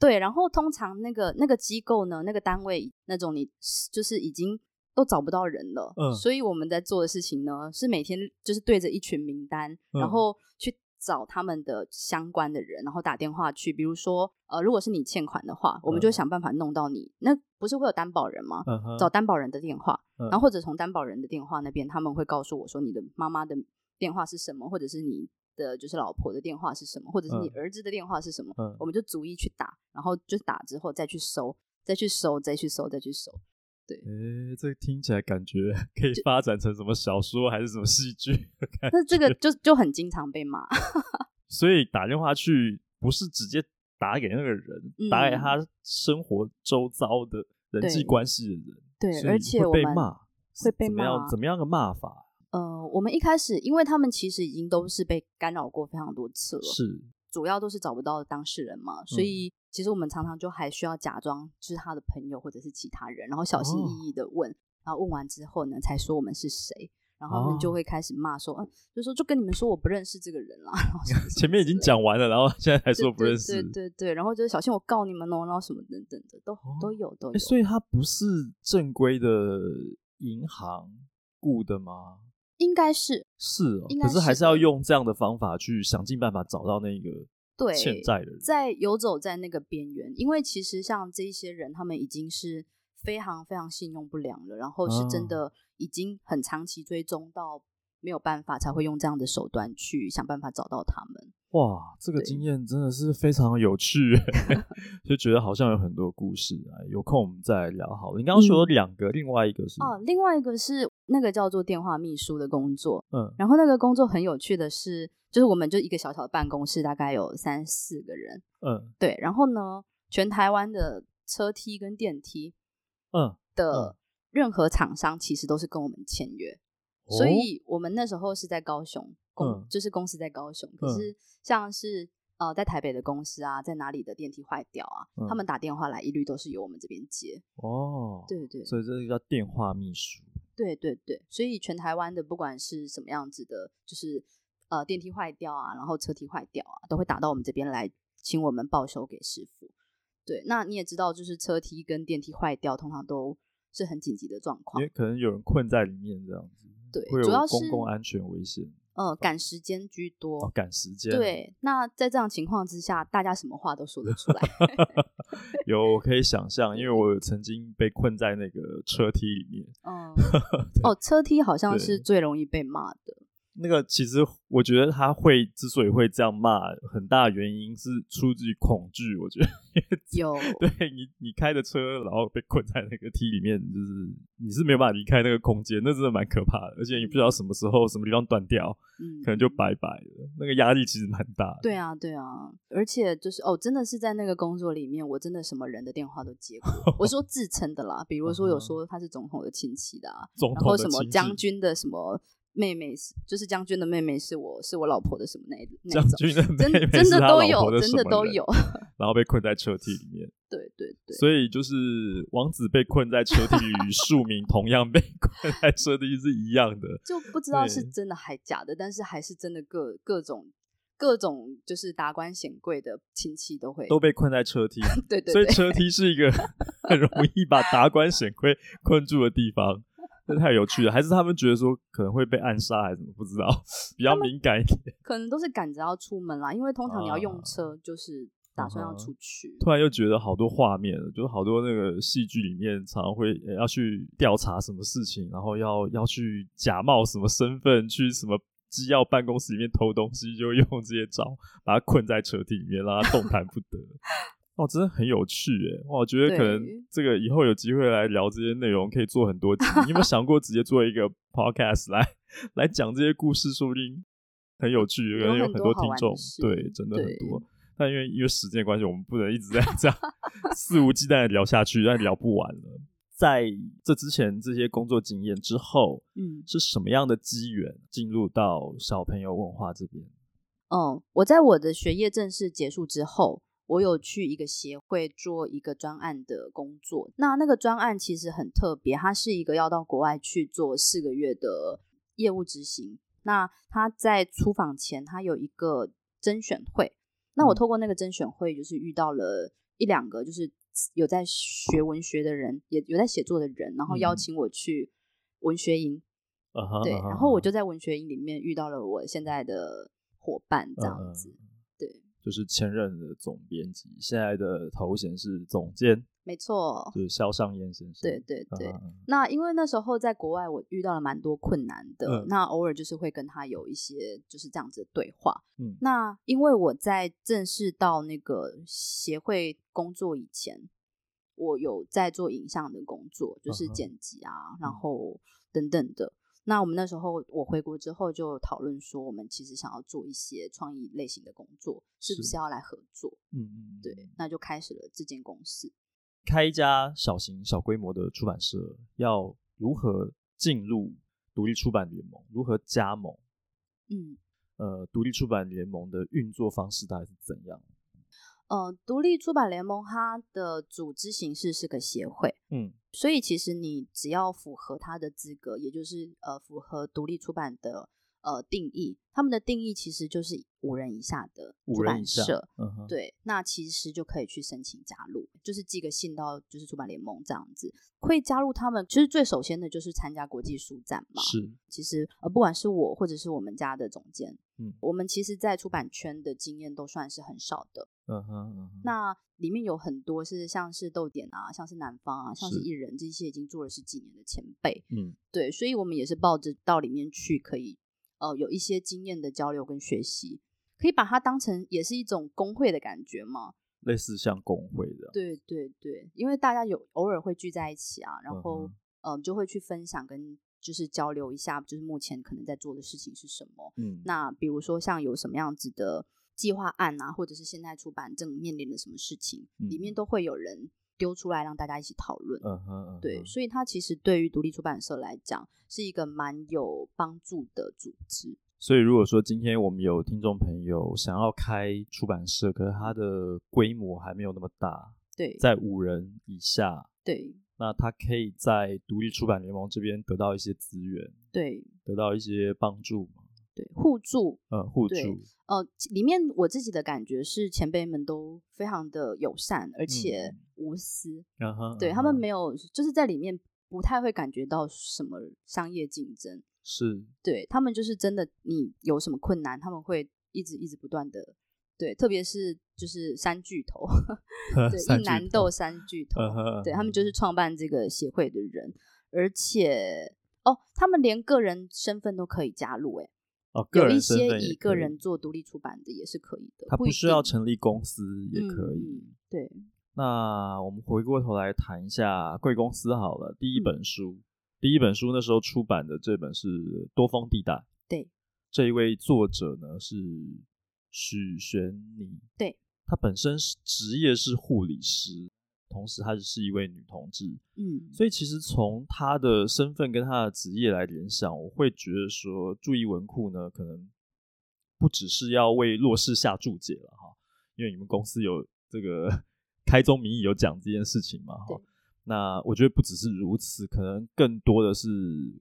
[SPEAKER 3] 对，然后通常那个那个机构呢，那个单位那种你就是已经。都找不到人了，
[SPEAKER 1] 嗯
[SPEAKER 3] 所以我们在做的事情呢，是每天就是对着一群名单，
[SPEAKER 1] 嗯
[SPEAKER 3] 然后去找他们的相关的人，然后打电话去，比如说，呃，如果是你欠款的话，我们就
[SPEAKER 1] 嗯
[SPEAKER 3] 想办法弄到你。那不是会有担保人吗？
[SPEAKER 1] 嗯哼，
[SPEAKER 3] 找担保人的电话，
[SPEAKER 1] 嗯
[SPEAKER 3] 然后或者从担保人的电话那边，他们会告诉我说你的妈妈的电话是什么，或者是你的就是老婆的电话是什么，或者是你
[SPEAKER 1] 嗯
[SPEAKER 3] 儿子的电话是什么，
[SPEAKER 1] 嗯
[SPEAKER 3] 我们就逐一去打，然后就打之后再去搜，再去搜，再去搜，再去搜。
[SPEAKER 1] 诶、这听起来感觉 可以发展成什么小说还是什么戏剧？
[SPEAKER 3] 那这个就就很经常被骂。
[SPEAKER 1] 所以打电话去不是直接打给那个人，
[SPEAKER 3] 嗯
[SPEAKER 1] 打给他生活周遭的人际
[SPEAKER 3] 对
[SPEAKER 1] 关系的人，
[SPEAKER 3] 对，
[SPEAKER 1] 所以
[SPEAKER 3] 而且
[SPEAKER 1] 会
[SPEAKER 3] 我
[SPEAKER 1] 被
[SPEAKER 3] 们
[SPEAKER 1] 骂，
[SPEAKER 3] 会被
[SPEAKER 1] 怎么样
[SPEAKER 3] 骂
[SPEAKER 1] 怎么样个骂法？
[SPEAKER 3] 呃，我们一开始，因为他们其实已经都是被干扰过非常多次了，
[SPEAKER 1] 是
[SPEAKER 3] 主要都是找不到当事人嘛，所
[SPEAKER 1] 嗯
[SPEAKER 3] 以其实我们常常就还需要假装是他的朋友或者是其他人，然后小心
[SPEAKER 1] 哦
[SPEAKER 3] 翼翼的问，然后问完之后呢，才说我们是谁。然后他们就
[SPEAKER 1] 哦
[SPEAKER 3] 会开始骂说，嗯，就说就跟你们说我不认识这个人啦。然后 什么什么
[SPEAKER 1] 前面已
[SPEAKER 3] 之
[SPEAKER 1] 经
[SPEAKER 3] 类的
[SPEAKER 1] 讲完了，然后现在还
[SPEAKER 3] 对
[SPEAKER 1] 说不
[SPEAKER 3] 对
[SPEAKER 1] 认识，
[SPEAKER 3] 对对对，然后就是小心我告你们哦，然后什么等等的都
[SPEAKER 1] 哦
[SPEAKER 3] 都有都
[SPEAKER 1] 诶
[SPEAKER 3] 有。
[SPEAKER 1] 所以他不是正规的银行雇的吗？
[SPEAKER 3] 应该是
[SPEAKER 1] 是哦
[SPEAKER 3] 应，该
[SPEAKER 1] 可是还
[SPEAKER 3] 是
[SPEAKER 1] 是要
[SPEAKER 3] 的
[SPEAKER 1] 用这样的方法去想尽办法找到那个
[SPEAKER 3] 对
[SPEAKER 1] 欠债的人。
[SPEAKER 3] 在游走在那个边缘，因为其实像这一些人，他们已经是非常非常信用不良了，然后是真的已经很长期追踪到没有办法才会用这样的手段去想办法找到他们。
[SPEAKER 1] 哇，这个
[SPEAKER 3] 对
[SPEAKER 1] 经验真的是非常有趣 欸，就觉得好像有很多故事啊。有空我们再来聊好了。你刚刚说有两个，另外一个是
[SPEAKER 3] 嗯哦，另外一个是那个叫做电话秘书的工作，
[SPEAKER 1] 嗯
[SPEAKER 3] 然后那个工作很有趣的是，就是我们就一个小小的办公室，大概有三四个人，
[SPEAKER 1] 嗯
[SPEAKER 3] 对，然后呢，全台湾的车梯跟电梯
[SPEAKER 1] 嗯，
[SPEAKER 3] 的任何厂商其实都是跟我们签约。
[SPEAKER 1] 哦
[SPEAKER 3] 所以我们那时候是在高雄，公、
[SPEAKER 1] 嗯
[SPEAKER 3] 就是公司在高雄，可
[SPEAKER 1] 嗯
[SPEAKER 3] 是像是呃在台北的公司啊，在哪里的电梯坏掉啊，
[SPEAKER 1] 嗯
[SPEAKER 3] 他们打电话来一律都是由我们这边接。
[SPEAKER 1] 哦，哦，
[SPEAKER 3] 对对
[SPEAKER 1] 所以这个叫电话秘书。
[SPEAKER 3] 对对对，所以全台湾的不管是什么样子的，就是呃电梯坏掉啊，然后车梯坏掉啊，都会打到我们这边来，请我们报修给师傅。对，那你也知道，就是车梯跟电梯坏掉，通常都是很紧急的状
[SPEAKER 1] 因
[SPEAKER 3] 况
[SPEAKER 1] 为。可能有人困在里面这样子，
[SPEAKER 3] 哦对
[SPEAKER 1] 会
[SPEAKER 3] 主要
[SPEAKER 1] 有
[SPEAKER 3] 是
[SPEAKER 1] 公共安全危险，
[SPEAKER 3] 呃，赶时间居多，
[SPEAKER 1] 哦，赶时间，，
[SPEAKER 3] 对，那在这样情况之下，大家什么话都说得 出来。
[SPEAKER 1] 有我可以想象，因为我有曾经被困在那个车梯里面，
[SPEAKER 3] 嗯，哦，车梯好像是
[SPEAKER 1] 对
[SPEAKER 3] 最容易被骂的。
[SPEAKER 1] 那个其实我觉得他会之所以会这样骂，很大原因是出自于恐惧，我觉得
[SPEAKER 3] 有，
[SPEAKER 1] 对你你开的车，然后被困在那个梯里面，就是你是没有办法离开那个空间，那真的蛮可怕的，而且你不知道什么时候什么地方断掉，
[SPEAKER 3] 嗯，
[SPEAKER 1] 可能就拜拜了，那个压力其实蛮大的。
[SPEAKER 3] 对啊，对啊，而且就是哦，真的是在那个工作里面，我真的什么人的电话都接过。我说自称的啦，比如说有说他是总统的亲戚的啊，
[SPEAKER 1] 嗯总
[SPEAKER 3] 然
[SPEAKER 1] 统
[SPEAKER 3] 后
[SPEAKER 1] 的
[SPEAKER 3] 什么
[SPEAKER 1] 亲
[SPEAKER 3] 将
[SPEAKER 1] 戚
[SPEAKER 3] 军的什么妹妹是，就是将军的妹妹是我是我老婆的什么那一那
[SPEAKER 1] 将
[SPEAKER 3] 一种，
[SPEAKER 1] 军的
[SPEAKER 3] 真
[SPEAKER 1] 妹妹
[SPEAKER 3] 真
[SPEAKER 1] 是
[SPEAKER 3] 的
[SPEAKER 1] 他
[SPEAKER 3] 都
[SPEAKER 1] 老婆
[SPEAKER 3] 有，
[SPEAKER 1] 的
[SPEAKER 3] 真
[SPEAKER 1] 什
[SPEAKER 3] 的
[SPEAKER 1] 么
[SPEAKER 3] 都
[SPEAKER 1] 人
[SPEAKER 3] 有。
[SPEAKER 1] 然后被困在车梯里面，
[SPEAKER 3] 对对对，
[SPEAKER 1] 所以就是王子被困在车梯与庶民同样被 困在车梯是一样的。
[SPEAKER 3] 就不知道是
[SPEAKER 1] 对
[SPEAKER 3] 真的还假的，但是还是真的各各种各种就是达官显贵的亲戚都会
[SPEAKER 1] 都被困在车梯，
[SPEAKER 3] 对对
[SPEAKER 1] 所以
[SPEAKER 3] 对，
[SPEAKER 1] 车梯是一个 很容易把达官显贵困住的地方，这太有趣了。还是他们觉得说可能会被暗杀，还是怎么不知道， 比较敏感一点。
[SPEAKER 3] 可能都是赶着要出门啦，因为通常你要用
[SPEAKER 1] 啊
[SPEAKER 3] 车就是打算要
[SPEAKER 1] 嗯哼
[SPEAKER 3] 出去，
[SPEAKER 1] 突然又觉得好多画面，就是好多那个戏剧里面常常会、呃要去调查什么事情，然后要要去假冒什么身份，去什么机要办公室里面偷东西，就用这些招把他困在车梯里面，让他动弹不得。哦，真的很有趣耶！哇，我觉得可能
[SPEAKER 3] 对
[SPEAKER 1] 这个以后有机会来聊这些内容，可以做很多集。你有没有想过直接做一个 podcast 来来讲这些故事？说不定很有趣，可能有
[SPEAKER 3] 有
[SPEAKER 1] 很
[SPEAKER 3] 很多好
[SPEAKER 1] 听
[SPEAKER 3] 玩的
[SPEAKER 1] 众。
[SPEAKER 3] 事
[SPEAKER 1] 对，真的很
[SPEAKER 3] 对
[SPEAKER 1] 多。但因为因为时间的关系，我们不能一直在 这样肆无忌惮的聊下去，但聊不完了。在这之前这些工作经验之后，
[SPEAKER 3] 嗯，
[SPEAKER 1] 是什么样的机缘进入到小朋友文化这边？
[SPEAKER 3] 嗯，我在我的学业正式结束之后，我有去一个协会做一个专案的工作。那那个专案其实很特别，它是一个要到国外去做四个月的业务执行。那他在出访前，他有一个甄选会。那我
[SPEAKER 1] 嗯
[SPEAKER 3] 透过那个甄选会，就是遇到了一两个就是有在学文学的人，也有在写作的人，然后邀
[SPEAKER 1] 嗯
[SPEAKER 3] 请我去文学营。
[SPEAKER 1] 啊哈
[SPEAKER 3] 对，
[SPEAKER 1] 啊哈
[SPEAKER 3] 然后我
[SPEAKER 1] 啊哈
[SPEAKER 3] 就在文学营里面遇到了我现在的伙伴，
[SPEAKER 1] 嗯嗯
[SPEAKER 3] 这样子。对，
[SPEAKER 1] 就是前任的总编辑，现在的头衔是总监，
[SPEAKER 3] 没错，
[SPEAKER 1] 就是肖尚燕先生。
[SPEAKER 3] 哦对对对。
[SPEAKER 1] 啊
[SPEAKER 3] 那因为那时候在国外，我遇到了蛮多困难的。
[SPEAKER 1] 嗯
[SPEAKER 3] 那偶尔就是会跟他有一些就是这样子的对话。
[SPEAKER 1] 嗯
[SPEAKER 3] 那因为我在正式到那个协会工作以前，我有在做影像的工作，就是
[SPEAKER 1] 嗯哼
[SPEAKER 3] 剪辑啊，然后等等的。那我们那时候我回国之后就讨论说，我们其实想要做一些创意类型的工作，是不
[SPEAKER 1] 是
[SPEAKER 3] 是要来合作？
[SPEAKER 1] 嗯嗯，嗯
[SPEAKER 3] 对，那就开始了这间公司。
[SPEAKER 1] 开一家小型小规模的出版社，要如何进入独立出版联盟？如何加盟？
[SPEAKER 3] 嗯，
[SPEAKER 1] 呃，独立出版联盟的运作方式大概是怎样？
[SPEAKER 3] 呃，独立出版联盟它的组织形式是个协会，
[SPEAKER 1] 嗯
[SPEAKER 3] 所以其实你只要符合它的资格，也就是呃符合独立出版的呃定义，他们的定义其实就是五人以下的
[SPEAKER 1] 五
[SPEAKER 3] 出
[SPEAKER 1] 人以
[SPEAKER 3] 版
[SPEAKER 1] 下
[SPEAKER 3] 社，，
[SPEAKER 1] 嗯哼，
[SPEAKER 3] 对，那其实就可以去申请加入，就是寄个信到就是出版联盟这样子，会加入他们。其实最首先的就是参加国际书展嘛，
[SPEAKER 1] 是，
[SPEAKER 3] 其实呃，不管是我或者是我们家的总监，
[SPEAKER 1] 嗯
[SPEAKER 3] 我们其实，在出版圈的经验都算是很少的。
[SPEAKER 1] 嗯哼，嗯哼
[SPEAKER 3] 那里面有很多是像是豆点啊，像是南方啊，像是
[SPEAKER 1] 是
[SPEAKER 3] 艺人这些已经做了十几年的前辈，
[SPEAKER 1] 嗯
[SPEAKER 3] 对，所以我们也是抱着到里面去，可以呃有一些经验的交流跟学习，可以把它当成也是一种工会的感觉嘛。
[SPEAKER 1] 类似像工会的，
[SPEAKER 3] 对对对，因为大家有偶尔会聚在一起啊，然后
[SPEAKER 1] 嗯
[SPEAKER 3] 嗯、呃就会去分享跟就是交流一下，就是目前可能在做的事情是什么，
[SPEAKER 1] 嗯，
[SPEAKER 3] 那比如说像有什么样子的计划案啊，或者是现在出版正面临的什么事情，里面
[SPEAKER 1] 嗯
[SPEAKER 3] 都会有人丢出来让大家一起讨论。
[SPEAKER 1] 嗯哼，嗯哼
[SPEAKER 3] 对，所以它其实对于独立出版社来讲是一个蛮有帮助的组织。
[SPEAKER 1] 所以，如果说今天我们有听众朋友想要开出版社，可是它的规模还没有那么大，
[SPEAKER 3] 对
[SPEAKER 1] 在五人以下，
[SPEAKER 3] 对
[SPEAKER 1] 那他可以在独立出版联盟这边得到一些资源，
[SPEAKER 3] 对
[SPEAKER 1] 得到一些帮助嘛，
[SPEAKER 3] 对，互助。
[SPEAKER 1] 呃，互助
[SPEAKER 3] 对，呃，里面我自己的感觉是前辈们都非常的友善，而且
[SPEAKER 1] 嗯
[SPEAKER 3] 无私。
[SPEAKER 1] 嗯哼，
[SPEAKER 3] 对
[SPEAKER 1] 嗯
[SPEAKER 3] 他们
[SPEAKER 1] 哼
[SPEAKER 3] 没有，就是在里面不太会感觉到什么商业竞争。
[SPEAKER 1] 是
[SPEAKER 3] 对他们就是真的，你有什么困难，他们会一直一直不断的，对，特别是就是三巨头， 对，一男斗，三巨头，
[SPEAKER 1] 嗯哼嗯哼
[SPEAKER 3] 对他啊们就是创办这个协会的人，而且哦，他们连个人身份都可以加入、欸，
[SPEAKER 1] 哦，个
[SPEAKER 3] 有
[SPEAKER 1] 人
[SPEAKER 3] 一
[SPEAKER 1] 身
[SPEAKER 3] 些
[SPEAKER 1] 份也
[SPEAKER 3] 以个
[SPEAKER 1] 可以
[SPEAKER 3] 人，做独立出版的也是可以的，
[SPEAKER 1] 他
[SPEAKER 3] 一
[SPEAKER 1] 不需要
[SPEAKER 3] 定
[SPEAKER 1] 成立公司也可以。
[SPEAKER 3] 嗯嗯对，
[SPEAKER 1] 那我们回过头来谈一下贵公司好了。
[SPEAKER 3] 嗯
[SPEAKER 1] 第一本书，第一本书那时候出版的这本是《多峰地带》。
[SPEAKER 3] 对，
[SPEAKER 1] 这一位作者呢是许玄妮。
[SPEAKER 3] 对，
[SPEAKER 1] 她本身是职业是护理师，同时她是一位女同志。
[SPEAKER 3] 嗯，
[SPEAKER 1] 所以其实从她的身份跟她的职业来联想，我会觉得说，注意文库呢，可能不只是要为弱势下注解了哈，因为你们公司有这个 开宗明义有讲这件事情嘛哈
[SPEAKER 3] 对。
[SPEAKER 1] 那我觉得不只是如此，可能更多的是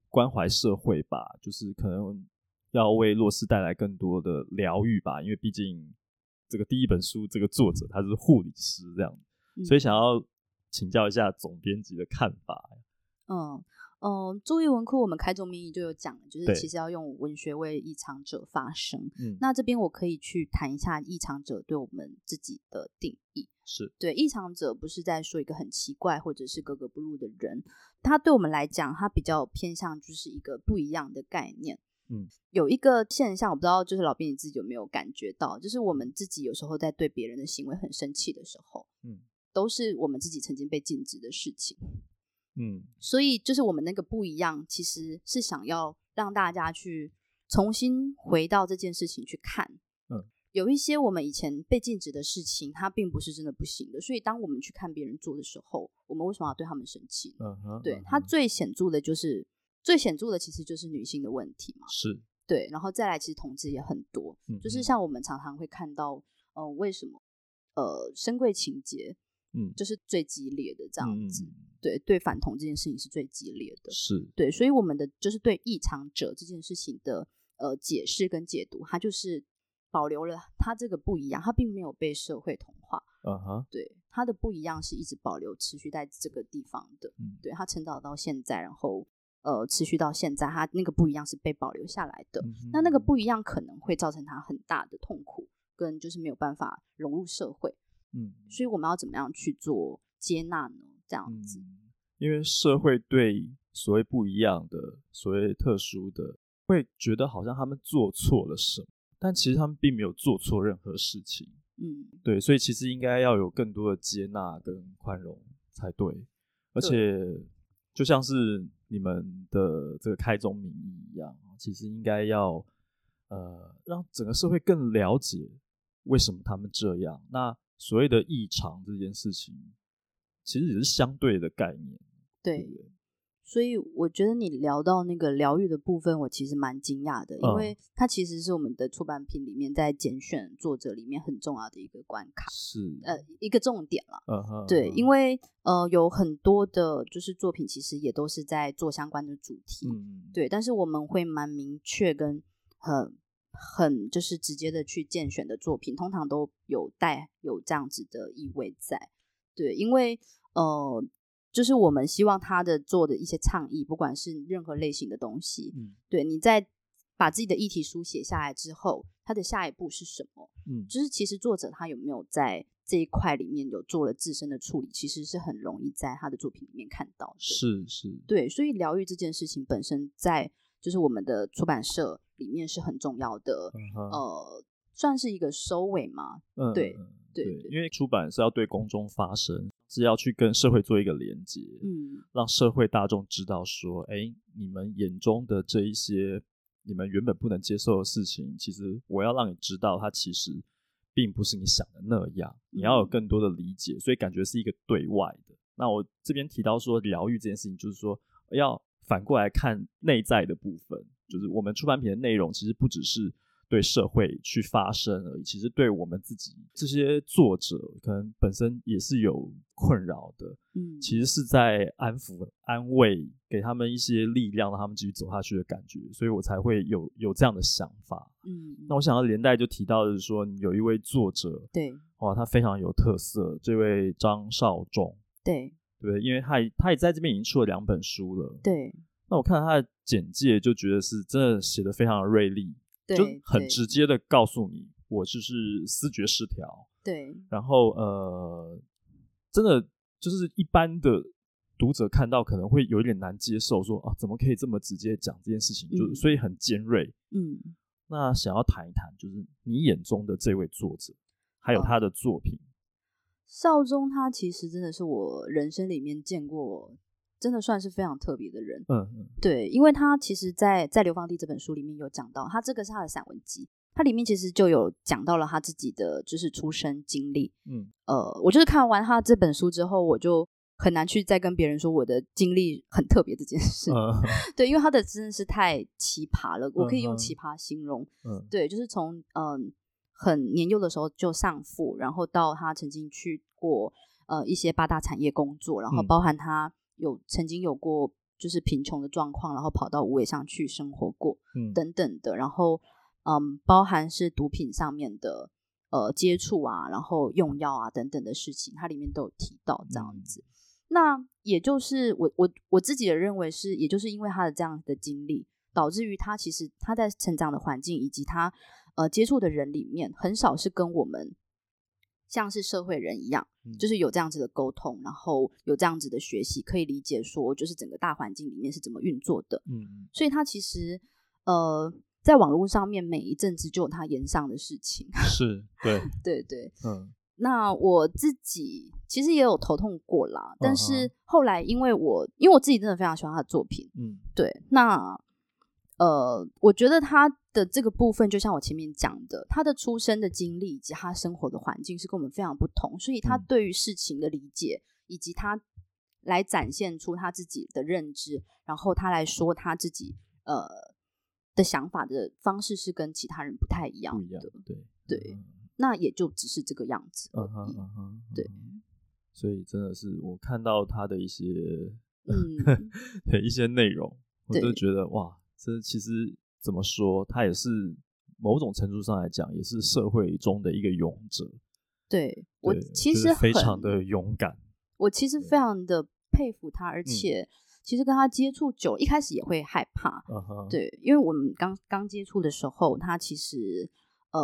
[SPEAKER 1] 关怀社会吧，就是可能要为弱势带来更多的疗愈吧，因为毕竟这个第一本书这个作者他是护理师这样
[SPEAKER 3] 嗯
[SPEAKER 1] 所以想要请教一下总编辑的看法。
[SPEAKER 3] 嗯嗯，注意文库我们开宗明义就有讲了，就是
[SPEAKER 1] 对
[SPEAKER 3] 其实要用文学为异常者发声。
[SPEAKER 1] 嗯，
[SPEAKER 3] 那这边我可以去谈一下异常者对我们自己的定义。
[SPEAKER 1] 是
[SPEAKER 3] 对，异常者不是在说一个很奇怪或者是格格不入的人，他对我们来讲，他比较偏向就是一个不一样的概念。
[SPEAKER 1] 嗯，
[SPEAKER 3] 有一个现象，我不知道就是老编你自己有没有感觉到，就是我们自己有时候在对别人的行为很生气的时候，
[SPEAKER 1] 嗯
[SPEAKER 3] 都是我们自己曾经被禁止的事情。
[SPEAKER 1] 嗯
[SPEAKER 3] 所以就是我们那个不一样，其实是想要让大家去重新回到这件事情去看。
[SPEAKER 1] 嗯，
[SPEAKER 3] 有一些我们以前被禁止的事情，它并不是真的不行的。所以当我们去看别人做的时候，我们为什么要对他们生气呢？
[SPEAKER 1] 嗯哼，
[SPEAKER 3] 对
[SPEAKER 1] 嗯，
[SPEAKER 3] 它
[SPEAKER 1] 哼
[SPEAKER 3] 最显著的就是最显著的其实就是女性的问题嘛。
[SPEAKER 1] 是
[SPEAKER 3] 对，然后再来，其实同志也很多，
[SPEAKER 1] 嗯
[SPEAKER 3] 就是
[SPEAKER 1] 嗯
[SPEAKER 3] 像我们常常会看到，呃，为什么呃，深柜情节
[SPEAKER 1] 嗯
[SPEAKER 3] 就是最激烈的这样子，
[SPEAKER 1] 嗯嗯
[SPEAKER 3] 对对，反同这件事情是最激烈的，
[SPEAKER 1] 是
[SPEAKER 3] 对，所以我们的就是对异常者这件事情的呃解释跟解读，它就是保留了它这个不一样，它并没有被社会同化，
[SPEAKER 1] 嗯哼，
[SPEAKER 3] 对，它的不一样是一直保留持续在这个地方的，
[SPEAKER 1] 嗯
[SPEAKER 3] 对，它成长到现在，然后呃持续到现在，它那个不一样是被保留下来的。
[SPEAKER 1] 嗯哼
[SPEAKER 3] 那那个不一样可能会造成他很大的痛苦，跟就是没有办法融入社会，
[SPEAKER 1] 嗯
[SPEAKER 3] 所以我们要怎么样去做接纳呢？这样子，
[SPEAKER 1] 嗯，因为社会对所谓不一样的、所谓特殊的，会觉得好像他们做错了什么，但其实他们并没有做错任何事情。
[SPEAKER 3] 嗯，
[SPEAKER 1] 对，所以其实应该要有更多的接纳跟宽容才对。而且就像是你们的这个开宗明义一样，其实应该要呃让整个社会更了解为什么他们这样。那所谓的异常这件事情，其实也是相对的概念，对
[SPEAKER 3] 对
[SPEAKER 1] 不。对？
[SPEAKER 3] 所以我觉得你聊到那个疗愈的部分，我其实蛮惊讶的，因
[SPEAKER 1] 嗯
[SPEAKER 3] 为它其实是我们的出版品里面在拣选作者里面很重要的一个关卡，
[SPEAKER 1] 是，
[SPEAKER 3] 呃，一个重点了。
[SPEAKER 1] 嗯哼，
[SPEAKER 3] 呃对，因
[SPEAKER 1] 为
[SPEAKER 3] 为呃，有很多的就是作品其实也都是在做相关的主题，
[SPEAKER 1] 嗯，
[SPEAKER 3] 对，但是我们会蛮明确跟很很就是直接的去荐选的作品，通常都有带有这样子的意味在。对，因为呃，就是我们希望他的做的一些倡议，不管是任何类型的东西，
[SPEAKER 1] 嗯
[SPEAKER 3] 对你在把自己的议题书写下来之后，他的下一步是什么？
[SPEAKER 1] 嗯
[SPEAKER 3] 就是其实作者他有没有在这一块里面有做了自身的处理，其实是很容易在他的作品里面看到的。
[SPEAKER 1] 是是，
[SPEAKER 3] 对，所以疗愈这件事情本身在就是我们的出版社里面是很重要的，
[SPEAKER 1] 嗯哼，
[SPEAKER 3] 呃，算是一个收尾嘛。
[SPEAKER 1] 嗯，
[SPEAKER 3] 对
[SPEAKER 1] 嗯
[SPEAKER 3] 对
[SPEAKER 1] 对，
[SPEAKER 3] 对
[SPEAKER 1] 因为出版是要对公众发声，是要去跟社会做一个连接，
[SPEAKER 3] 嗯
[SPEAKER 1] 让社会大众知道说，哎，你们眼中的这一些你们原本不能接受的事情，其实我要让你知道，它其实并不是你想的那样，你要有
[SPEAKER 3] 嗯
[SPEAKER 1] 更多的理解，所以感觉是一个对外的。那我这边提到说疗愈这件事情，就是说要反过来看内在的部分，就是我们出版品的内容其实不只是对社会去发声而已，其实对我们自己这些作者可能本身也是有困扰的，
[SPEAKER 3] 嗯，
[SPEAKER 1] 其实是在安抚、安慰，给他们一些力量，让他们继续走下去的感觉，所以我才会有有这样的想法。
[SPEAKER 3] 嗯，
[SPEAKER 1] 那我想要连带就提到的是说，有一位作者
[SPEAKER 3] 对
[SPEAKER 1] 哇，他非常有特色，这位张少仲，
[SPEAKER 3] 对
[SPEAKER 1] 对不对，因为他也他也在这边已经出了两本书了。
[SPEAKER 3] 对
[SPEAKER 1] 那我看他的简介就觉得是真的写的非常的锐利，
[SPEAKER 3] 对，
[SPEAKER 1] 就很
[SPEAKER 3] 对
[SPEAKER 1] 直接的告诉你，我就是思觉失调，
[SPEAKER 3] 对，
[SPEAKER 1] 然后呃，真的就是一般的读者看到可能会有一点难接受说，啊，怎么可以这么直接讲这件事情？就
[SPEAKER 3] 嗯
[SPEAKER 1] 所以很尖锐。
[SPEAKER 3] 嗯
[SPEAKER 1] 那想要谈一谈，就是你眼中的这位作者，还有
[SPEAKER 3] 哦
[SPEAKER 1] 他的作品，
[SPEAKER 3] 少宗他其实真的是我人生里面见过，真的算是非常特别的人。
[SPEAKER 1] 嗯嗯
[SPEAKER 3] 对，因为他其实在，在《流放地》这本书里面有讲到，他这个是他的散文集，它里面其实就有讲到了他自己的就是出生经历。
[SPEAKER 1] 嗯
[SPEAKER 3] 呃，我就是看完他这本书之后，我就很难去再跟别人说我的经历很特别这件事。
[SPEAKER 1] 嗯
[SPEAKER 3] 对，因为他的真的是太奇葩了，我可以用
[SPEAKER 1] 嗯哼
[SPEAKER 3] 奇葩形容。
[SPEAKER 1] 嗯
[SPEAKER 3] 对，就是从嗯很年幼的时候就上父，然后到他曾经去过呃一些八大产业工作，然后
[SPEAKER 1] 嗯
[SPEAKER 3] 包含他有曾经有过就是贫穷的状况，然后跑到无尾上去生活过
[SPEAKER 1] 嗯，
[SPEAKER 3] 等等的，然后嗯包含是毒品上面的呃接触啊，然后用药啊等等的事情，它里面都有提到这样
[SPEAKER 1] 嗯
[SPEAKER 3] 子。那也就是我我我自己的认为是，也就是因为他的这样的经历，导致于他其实他在成长的环境以及他呃接触的人里面，很少是跟我们像是社会人一样，
[SPEAKER 1] 嗯
[SPEAKER 3] 就是是有这样子的沟通，然后有这样子的学习，可以理解说就是整个大环境里面是怎么运作的。
[SPEAKER 1] 嗯
[SPEAKER 3] 所以他其实呃在网络上面每一阵子就有他言上的事情，
[SPEAKER 1] 嗯是对，
[SPEAKER 3] 对对。
[SPEAKER 1] 嗯
[SPEAKER 3] 那我自己其实也有头痛过啦，但
[SPEAKER 1] 嗯
[SPEAKER 3] 是
[SPEAKER 1] 哼
[SPEAKER 3] 后来因为我因为我自己真的非常喜欢他的作品，
[SPEAKER 1] 嗯
[SPEAKER 3] 对，那呃，我觉得他的这个部分，就像我前面讲的，他的出生的经历以及他生活的环境是跟我们非常不同，所以他
[SPEAKER 1] 嗯
[SPEAKER 3] 对于事情的理解，以及他来展现出他自己的认知，然后他来说他自己呃的想法的方式是跟其他人不太一样
[SPEAKER 1] 不一样
[SPEAKER 3] 的，，
[SPEAKER 1] 对
[SPEAKER 3] 对，那也就只是这个样子而
[SPEAKER 1] 嗯哼
[SPEAKER 3] 已。
[SPEAKER 1] 嗯哼，
[SPEAKER 3] 对
[SPEAKER 1] 嗯哼，所以真的是我看到他的一些
[SPEAKER 3] 嗯
[SPEAKER 1] 的一些内容，我就
[SPEAKER 3] 对
[SPEAKER 1] 觉得哇，这其实怎么说，他也是某种程度上来讲，也是社会中的一个勇者。
[SPEAKER 3] 对我
[SPEAKER 1] 对
[SPEAKER 3] 其
[SPEAKER 1] 就
[SPEAKER 3] 实
[SPEAKER 1] 是非
[SPEAKER 3] 很
[SPEAKER 1] 常的勇敢，
[SPEAKER 3] 我其实非常的佩服他，而且其实跟他接触久了，一开始也会害怕，
[SPEAKER 1] 嗯哼，，
[SPEAKER 3] 对，因为我们刚刚接触的时候，他其实呃，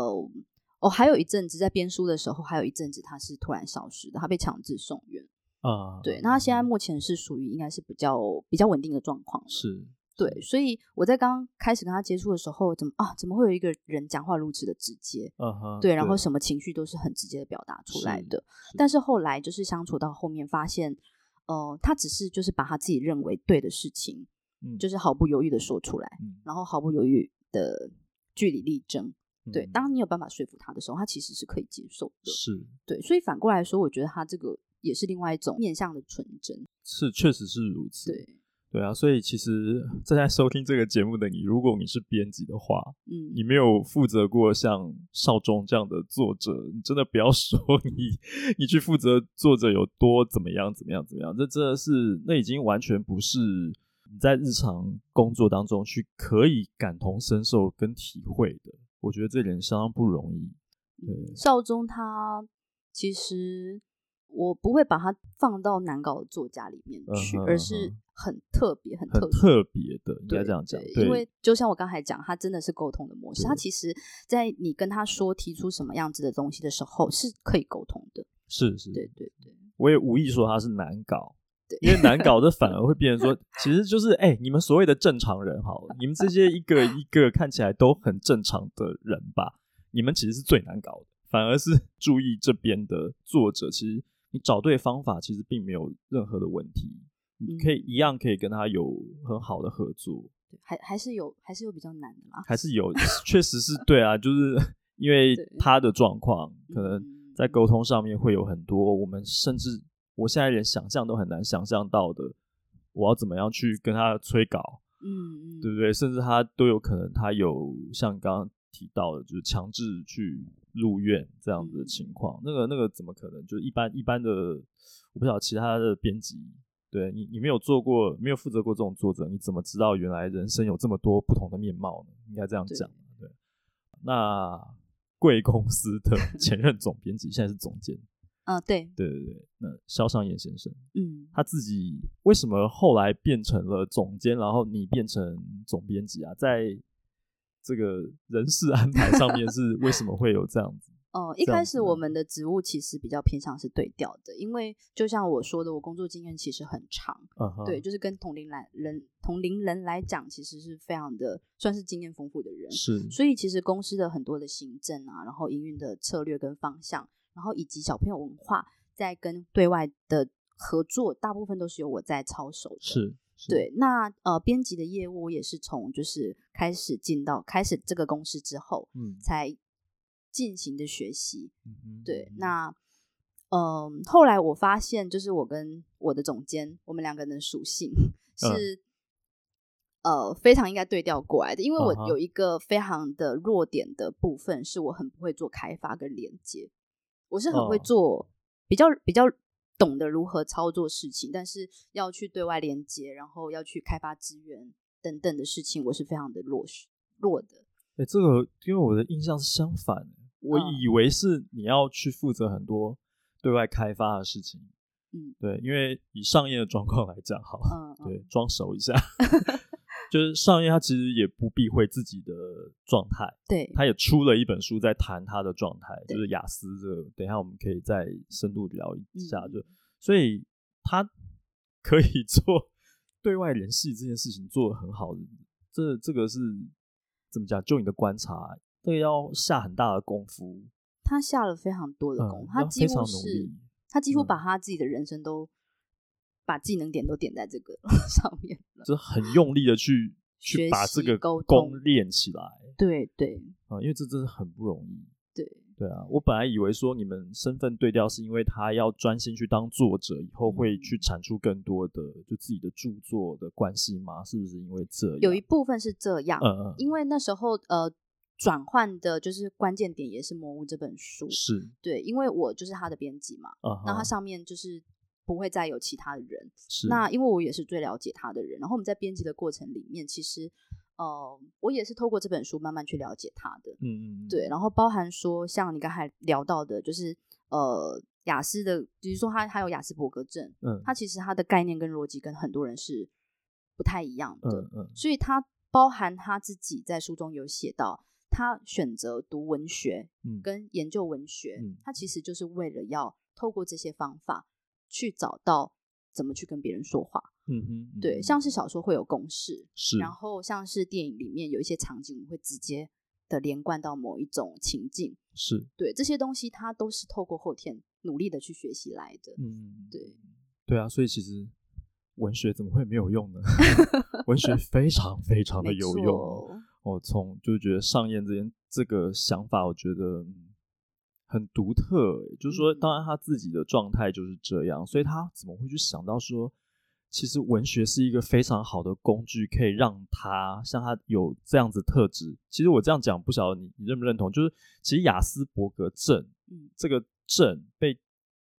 [SPEAKER 3] 哦，还有一阵子在编书的时候，还有一阵子他是突然消失的，他被强制送院。
[SPEAKER 1] 啊、
[SPEAKER 3] 对，那他现在目前是属于应该是比较比较稳定的状况了。
[SPEAKER 1] 是
[SPEAKER 3] 对，所以我在刚开始跟他接触的时候，怎么啊，怎么会有一个人讲话如此的直接？
[SPEAKER 1] 嗯哼，
[SPEAKER 3] 对，然后什么情绪都是很直接的表达出来
[SPEAKER 1] 是
[SPEAKER 3] 的。但是后来就是相处到后面，发现，呃，他只是就是把他自己认为对的事情，
[SPEAKER 1] 嗯
[SPEAKER 3] 就是毫不犹豫的说出来，
[SPEAKER 1] 嗯
[SPEAKER 3] 然后毫不犹豫的据理力争。对，
[SPEAKER 1] 嗯
[SPEAKER 3] 当你有办法说服他的时候，他其实是可以接受的。
[SPEAKER 1] 是
[SPEAKER 3] 对，所以反过来说，我觉得他这个也是另外一种面向的纯真。
[SPEAKER 1] 是确实是如此，
[SPEAKER 3] 对，
[SPEAKER 1] 对啊，所以其实正在收听这个节目的你，如果你是编辑的话，
[SPEAKER 3] 嗯，
[SPEAKER 1] 你没有负责过像少中这样的作者，你真的不要 说你你去负责作者有多怎么样怎么样怎么样，这真的是那已经完全不是你在日常工作当中去可以感同身受跟体会的。我觉得这点相当不容易。对
[SPEAKER 3] 少宗他其实我不会把他放到难搞的作家里面去，
[SPEAKER 1] 嗯哼
[SPEAKER 3] 而
[SPEAKER 1] 嗯
[SPEAKER 3] 是
[SPEAKER 1] 哼
[SPEAKER 3] 很特别、很
[SPEAKER 1] 很
[SPEAKER 3] 特殊
[SPEAKER 1] 特别的，应该
[SPEAKER 3] 对
[SPEAKER 1] 这样讲。
[SPEAKER 3] 对
[SPEAKER 1] 对，
[SPEAKER 3] 因为就像我刚才讲，他真的是沟通的模式。他其实，在你跟他说提出什么样子的东西的时候，是可以沟通的。
[SPEAKER 1] 是是，
[SPEAKER 3] 对对对
[SPEAKER 1] 我也无意说他是难搞，
[SPEAKER 3] 对，
[SPEAKER 1] 因为难搞的反而会变成说，其实就是哎、你们所谓的正常人好了，你们这些一个一个看起来都很正常的人吧，你们其实是最难搞的，反而是注意这边的作者，其实你找对方法，其实并没有任何的问题，你可以一样可以跟他有很好的合作，
[SPEAKER 3] 对还还是有还是有比较难的啦。
[SPEAKER 1] 还是有，确实是对啊，就是因为
[SPEAKER 3] 对
[SPEAKER 1] 他的状况可能。
[SPEAKER 3] 嗯
[SPEAKER 1] 在沟通上面会有很多我们甚至我现在连想象都很难想象到的，我要怎么样去跟他催稿，
[SPEAKER 3] 嗯嗯
[SPEAKER 1] 对不对？甚至他都有可能他有像刚刚提到的，就是强制去入院这样子的情况，那个那个怎么可能？就是一般一般的，我不晓得其他的编辑。对你，你没有做过，没有负责过这种作者，你怎么知道原来人生有这么多不同的面貌呢？应该这样
[SPEAKER 3] 对
[SPEAKER 1] 讲。对，那贵公司的 前任总编辑现在是总监，
[SPEAKER 3] 啊对
[SPEAKER 1] 对对对，那肖尚彦先生
[SPEAKER 3] 嗯
[SPEAKER 1] 他自己为什么后来变成了总监，然后你变成总编辑啊？在这个人事安排上面是为什么会有这样子？
[SPEAKER 3] 哦，一
[SPEAKER 1] 这样
[SPEAKER 3] 开
[SPEAKER 1] 子
[SPEAKER 3] 始
[SPEAKER 1] 啊
[SPEAKER 3] 我们的职务其实比较偏向是对调的，因为就像我说的，我工作经验其实很长，
[SPEAKER 1] 嗯哼，
[SPEAKER 3] 对，，就是跟同龄来人同龄人来讲，其实是非常的算是经验丰富的人。
[SPEAKER 1] 是
[SPEAKER 3] 所以其实公司的很多的行政啊，然后营运的策略跟方向，然后以及小朋友文化，在跟对外的合作，大部分都是由我在操守的。，
[SPEAKER 1] 是，是，
[SPEAKER 3] 对。那呃，编辑的业务我也是从就是开始进到开始这个公司之后
[SPEAKER 1] 嗯，
[SPEAKER 3] 才进行的学习。
[SPEAKER 1] 嗯哼
[SPEAKER 3] 对
[SPEAKER 1] 嗯，
[SPEAKER 3] 那嗯，后来我发现，就是我跟我的总监，我们两个人的属 性
[SPEAKER 1] 嗯
[SPEAKER 3] 是、呃非常应该对调过来的，因为我
[SPEAKER 1] 啊哈
[SPEAKER 3] 有一个非常的弱点的部分，是我很不会做开发跟连接，我是很会
[SPEAKER 1] 哦
[SPEAKER 3] 做比较比较。懂得如何操作事情，但是要去对外连接，然后要去开发资源等等的事情，我是非常的弱势弱的。
[SPEAKER 1] 哎、这个因为我的印象是相反的，我
[SPEAKER 3] 嗯
[SPEAKER 1] 以为是你要去负责很多对外开发的事情。
[SPEAKER 3] 嗯
[SPEAKER 1] 对，因为以上业的状况来讲，好，
[SPEAKER 3] 嗯，嗯
[SPEAKER 1] 对，装熟一 下，就是上业他其实也不避讳自己的状态，
[SPEAKER 3] 对，
[SPEAKER 1] 他也出了一本书在谈他的状态，
[SPEAKER 3] 对
[SPEAKER 1] 就是雅思这个，等一下我们可以再深度聊一下，
[SPEAKER 3] 嗯
[SPEAKER 1] 就所以他可以 做对外联系这件事情做的很好的，这这个是怎么讲？就你的观察，这个要下很大的功夫，
[SPEAKER 3] 他下了非常多的
[SPEAKER 1] 嗯
[SPEAKER 3] 功夫，他
[SPEAKER 1] 要
[SPEAKER 3] 几
[SPEAKER 1] 非常
[SPEAKER 3] 乎
[SPEAKER 1] 努
[SPEAKER 3] 是
[SPEAKER 1] 力
[SPEAKER 3] 他几乎
[SPEAKER 1] 嗯
[SPEAKER 3] 把他自己的人 生都把技能点都点在这个上面了。
[SPEAKER 1] 就是很用力的去去
[SPEAKER 3] 学
[SPEAKER 1] 把这
[SPEAKER 3] 习
[SPEAKER 1] 个
[SPEAKER 3] 沟
[SPEAKER 1] 功
[SPEAKER 3] 通
[SPEAKER 1] 练起来
[SPEAKER 3] 对对
[SPEAKER 1] 啊、因为这真的很不容易。
[SPEAKER 3] 对，
[SPEAKER 1] 对啊，我本来以为说你们身份对调是因为他要专心去当作者，以后会去
[SPEAKER 3] 嗯
[SPEAKER 1] 产出更多的就自己的著作的关系吗？是不是因为这样？
[SPEAKER 3] 有一部分是这样，
[SPEAKER 1] 啊嗯嗯，
[SPEAKER 3] 因为那时候呃转换的就是关键点也是《魔物》这本书，
[SPEAKER 1] 是
[SPEAKER 3] 对，因为我就是他的编辑嘛，
[SPEAKER 1] 啊，
[SPEAKER 3] 那
[SPEAKER 1] 哈
[SPEAKER 3] 他上面就是不会再有其他的人，
[SPEAKER 1] 是嗯
[SPEAKER 3] 那因为我也是最了解他的人，然后我们在编辑的过程里面，其实呃我也是透过这本书慢慢去了解他的，
[SPEAKER 1] 嗯嗯嗯
[SPEAKER 3] 对，然后包含说像你刚才聊到的，就是呃雅思的，比如说他还有雅斯伯格症，
[SPEAKER 1] 嗯
[SPEAKER 3] 他其实他的概念跟逻辑跟很多人是不太一样的，
[SPEAKER 1] 嗯嗯
[SPEAKER 3] 所以他包含他自己在书中有写到，他选择读文学
[SPEAKER 1] 嗯
[SPEAKER 3] 跟研究文学，
[SPEAKER 1] 嗯
[SPEAKER 3] 他其实就是为了要透过这些方法去找到怎么去跟别人说话。
[SPEAKER 1] 嗯哼，嗯
[SPEAKER 3] 对，
[SPEAKER 1] 哼
[SPEAKER 3] 像是小说会有公式，
[SPEAKER 1] 是
[SPEAKER 3] 然后像是电影里面有一些场景，我们会直接的连贯到某一种情境。
[SPEAKER 1] 是
[SPEAKER 3] 对，这些东西它都是透过后天努力的去学习来的。
[SPEAKER 1] 嗯
[SPEAKER 3] 对，
[SPEAKER 1] 对啊，所以其实文学怎么会没有用呢？ 文学非常非常的
[SPEAKER 3] 没
[SPEAKER 1] 有用哦。
[SPEAKER 3] 错，
[SPEAKER 1] 我从就是觉得上燕这件这个想法，我觉得嗯很独特欸、就是说，
[SPEAKER 3] 嗯
[SPEAKER 1] 当然他自己的状态就是这样，所以他怎么会去想到说，其实文学是一个非常好的工具，可以让他像他有这样子特质。其实我这样讲，不晓得你你认不认同？就是其实雅斯伯格症
[SPEAKER 3] 嗯，
[SPEAKER 1] 这个症被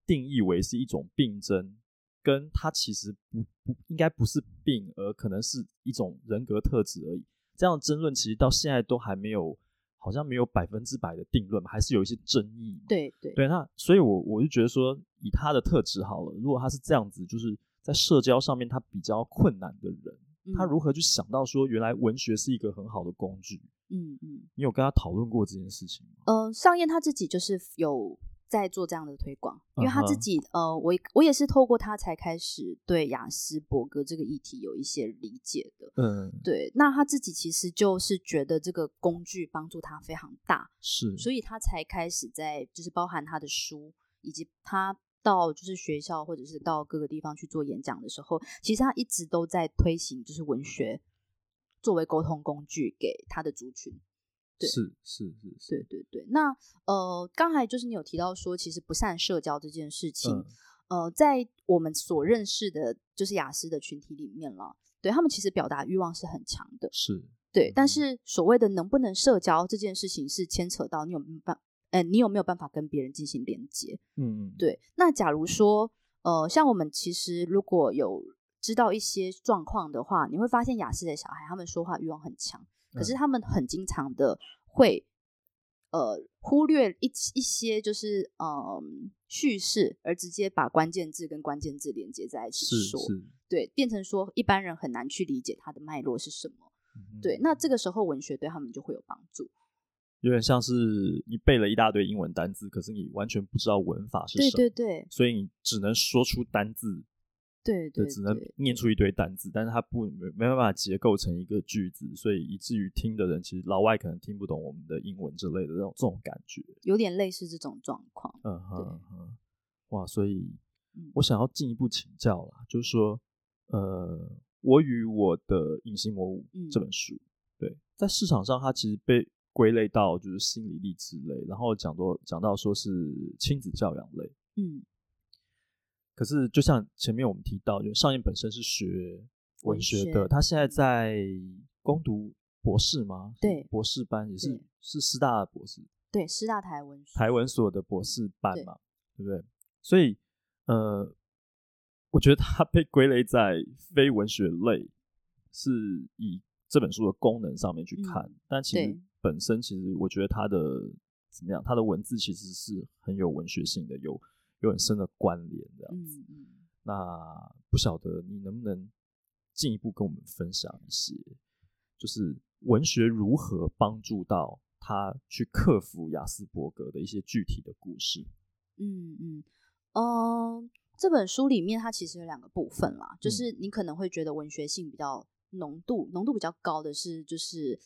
[SPEAKER 1] 定义为是一种病症，跟它其实不不应该不是病，而可能是一种人格特质而已。这样的争论其实到现在都还没有，好像没有百分之百的定论嘛，还是有一些争议嘛。
[SPEAKER 3] 对对
[SPEAKER 1] 对，那所以我，我就觉得说，以他的特质好了，如果他是这样子，就是在社交上面他比较困难的人，
[SPEAKER 3] 嗯
[SPEAKER 1] 他如何去想到说，原来文学是一个很好的工具？
[SPEAKER 3] 嗯嗯。嗯
[SPEAKER 1] 你有跟他讨论过这件事情吗？
[SPEAKER 3] 呃，尚燕他自己就是有在做这样的推广，因为他
[SPEAKER 1] 嗯
[SPEAKER 3] 自
[SPEAKER 1] 哼
[SPEAKER 3] 己、呃，我我也是透过他才开始对雅斯伯格这个议题有一些理解的。
[SPEAKER 1] 嗯，
[SPEAKER 3] 对，那他自己其实就是觉得这个工具帮助他非常大，
[SPEAKER 1] 是，
[SPEAKER 3] 所以他才开始在就是包含他的书，以及他到就是学校或者是到各个地方去做演讲的时候，其实他一直都在推行就是文学作为沟通工具给他的族群。对
[SPEAKER 1] 是是是嗯是，
[SPEAKER 3] 对对对，那呃，刚才就是你有提到说，其实不善社交这件事情
[SPEAKER 1] 嗯，
[SPEAKER 3] 呃，在我们所认识的，就是雅思的群体里面了，对他们其实表达欲望是很强的，
[SPEAKER 1] 是，
[SPEAKER 3] 对，
[SPEAKER 1] 嗯
[SPEAKER 3] 但是所谓的能不能社交这件事情，是牵扯到你有没有办，呃，你有没有办法跟别人进行连接？
[SPEAKER 1] 嗯嗯，
[SPEAKER 3] 对，那假如说，呃，像我们其实如果有知道一些状况的话，你会发现雅思的小孩他们说话欲望很强，可是
[SPEAKER 1] 嗯
[SPEAKER 3] 他们很经常的会呃忽略一一些就是嗯、叙事，而直接把关键字跟关键字连接在一起
[SPEAKER 1] 是
[SPEAKER 3] 说，
[SPEAKER 1] 是，
[SPEAKER 3] 对，变成说一般人很难去理解它的脉络是什么。
[SPEAKER 1] 嗯
[SPEAKER 3] 对，那这个时候文学对他们就会有帮助。
[SPEAKER 1] 有点像是你背了一大堆英文单字，可是你完全不知道文法是什
[SPEAKER 3] 对
[SPEAKER 1] 么，
[SPEAKER 3] 对对
[SPEAKER 1] 所以你只能说出单字，
[SPEAKER 3] 对
[SPEAKER 1] 对，
[SPEAKER 3] 对，
[SPEAKER 1] 只能
[SPEAKER 3] 对
[SPEAKER 1] 念出一堆单字，但是它不没没办法结构成一个句子，所以以至于听的人其实老外可能听不懂我们的英文之类的这种这种感觉，
[SPEAKER 3] 有点类似这种状况。
[SPEAKER 1] 嗯哼
[SPEAKER 3] 对
[SPEAKER 1] 嗯哼，哇，所以
[SPEAKER 3] 嗯
[SPEAKER 1] 我想要进一步请教啦，就是说，呃，我与我的隐形魔物
[SPEAKER 3] 嗯
[SPEAKER 1] 这本书，对，在市场上它其实被归类到就是心理励志类，然后讲多讲到说是亲子教养类，
[SPEAKER 3] 嗯，
[SPEAKER 1] 可是就像前面我们提到，就是上燕本身是学文
[SPEAKER 3] 文
[SPEAKER 1] 学
[SPEAKER 3] 学嗯
[SPEAKER 1] 的，他现在在攻读博士吗？
[SPEAKER 3] 对
[SPEAKER 1] 博士班也是
[SPEAKER 3] 对
[SPEAKER 1] 是师大的博士，
[SPEAKER 3] 对，师大台文
[SPEAKER 1] 台文所的博士班
[SPEAKER 3] 对
[SPEAKER 1] 嘛，对不对？所以呃，我觉得它被归类在非文学类，是以这本书的功能上面去看，
[SPEAKER 3] 嗯
[SPEAKER 1] 但其实
[SPEAKER 3] 对
[SPEAKER 1] 本身其实我觉得它的怎么样，它的文字其实是很有文学性的，有有很深的关联这样子。
[SPEAKER 3] 嗯嗯，
[SPEAKER 1] 那不晓得你能不能进一步跟我们分享一些，就是文学如何帮助到他去克服雅斯伯格的一些具体的故事？
[SPEAKER 3] 嗯嗯，嗯，这本书里面它其实有两个部分啦，
[SPEAKER 1] 嗯
[SPEAKER 3] 就是你可能会觉得文学性比较浓度浓度比较高的是，就是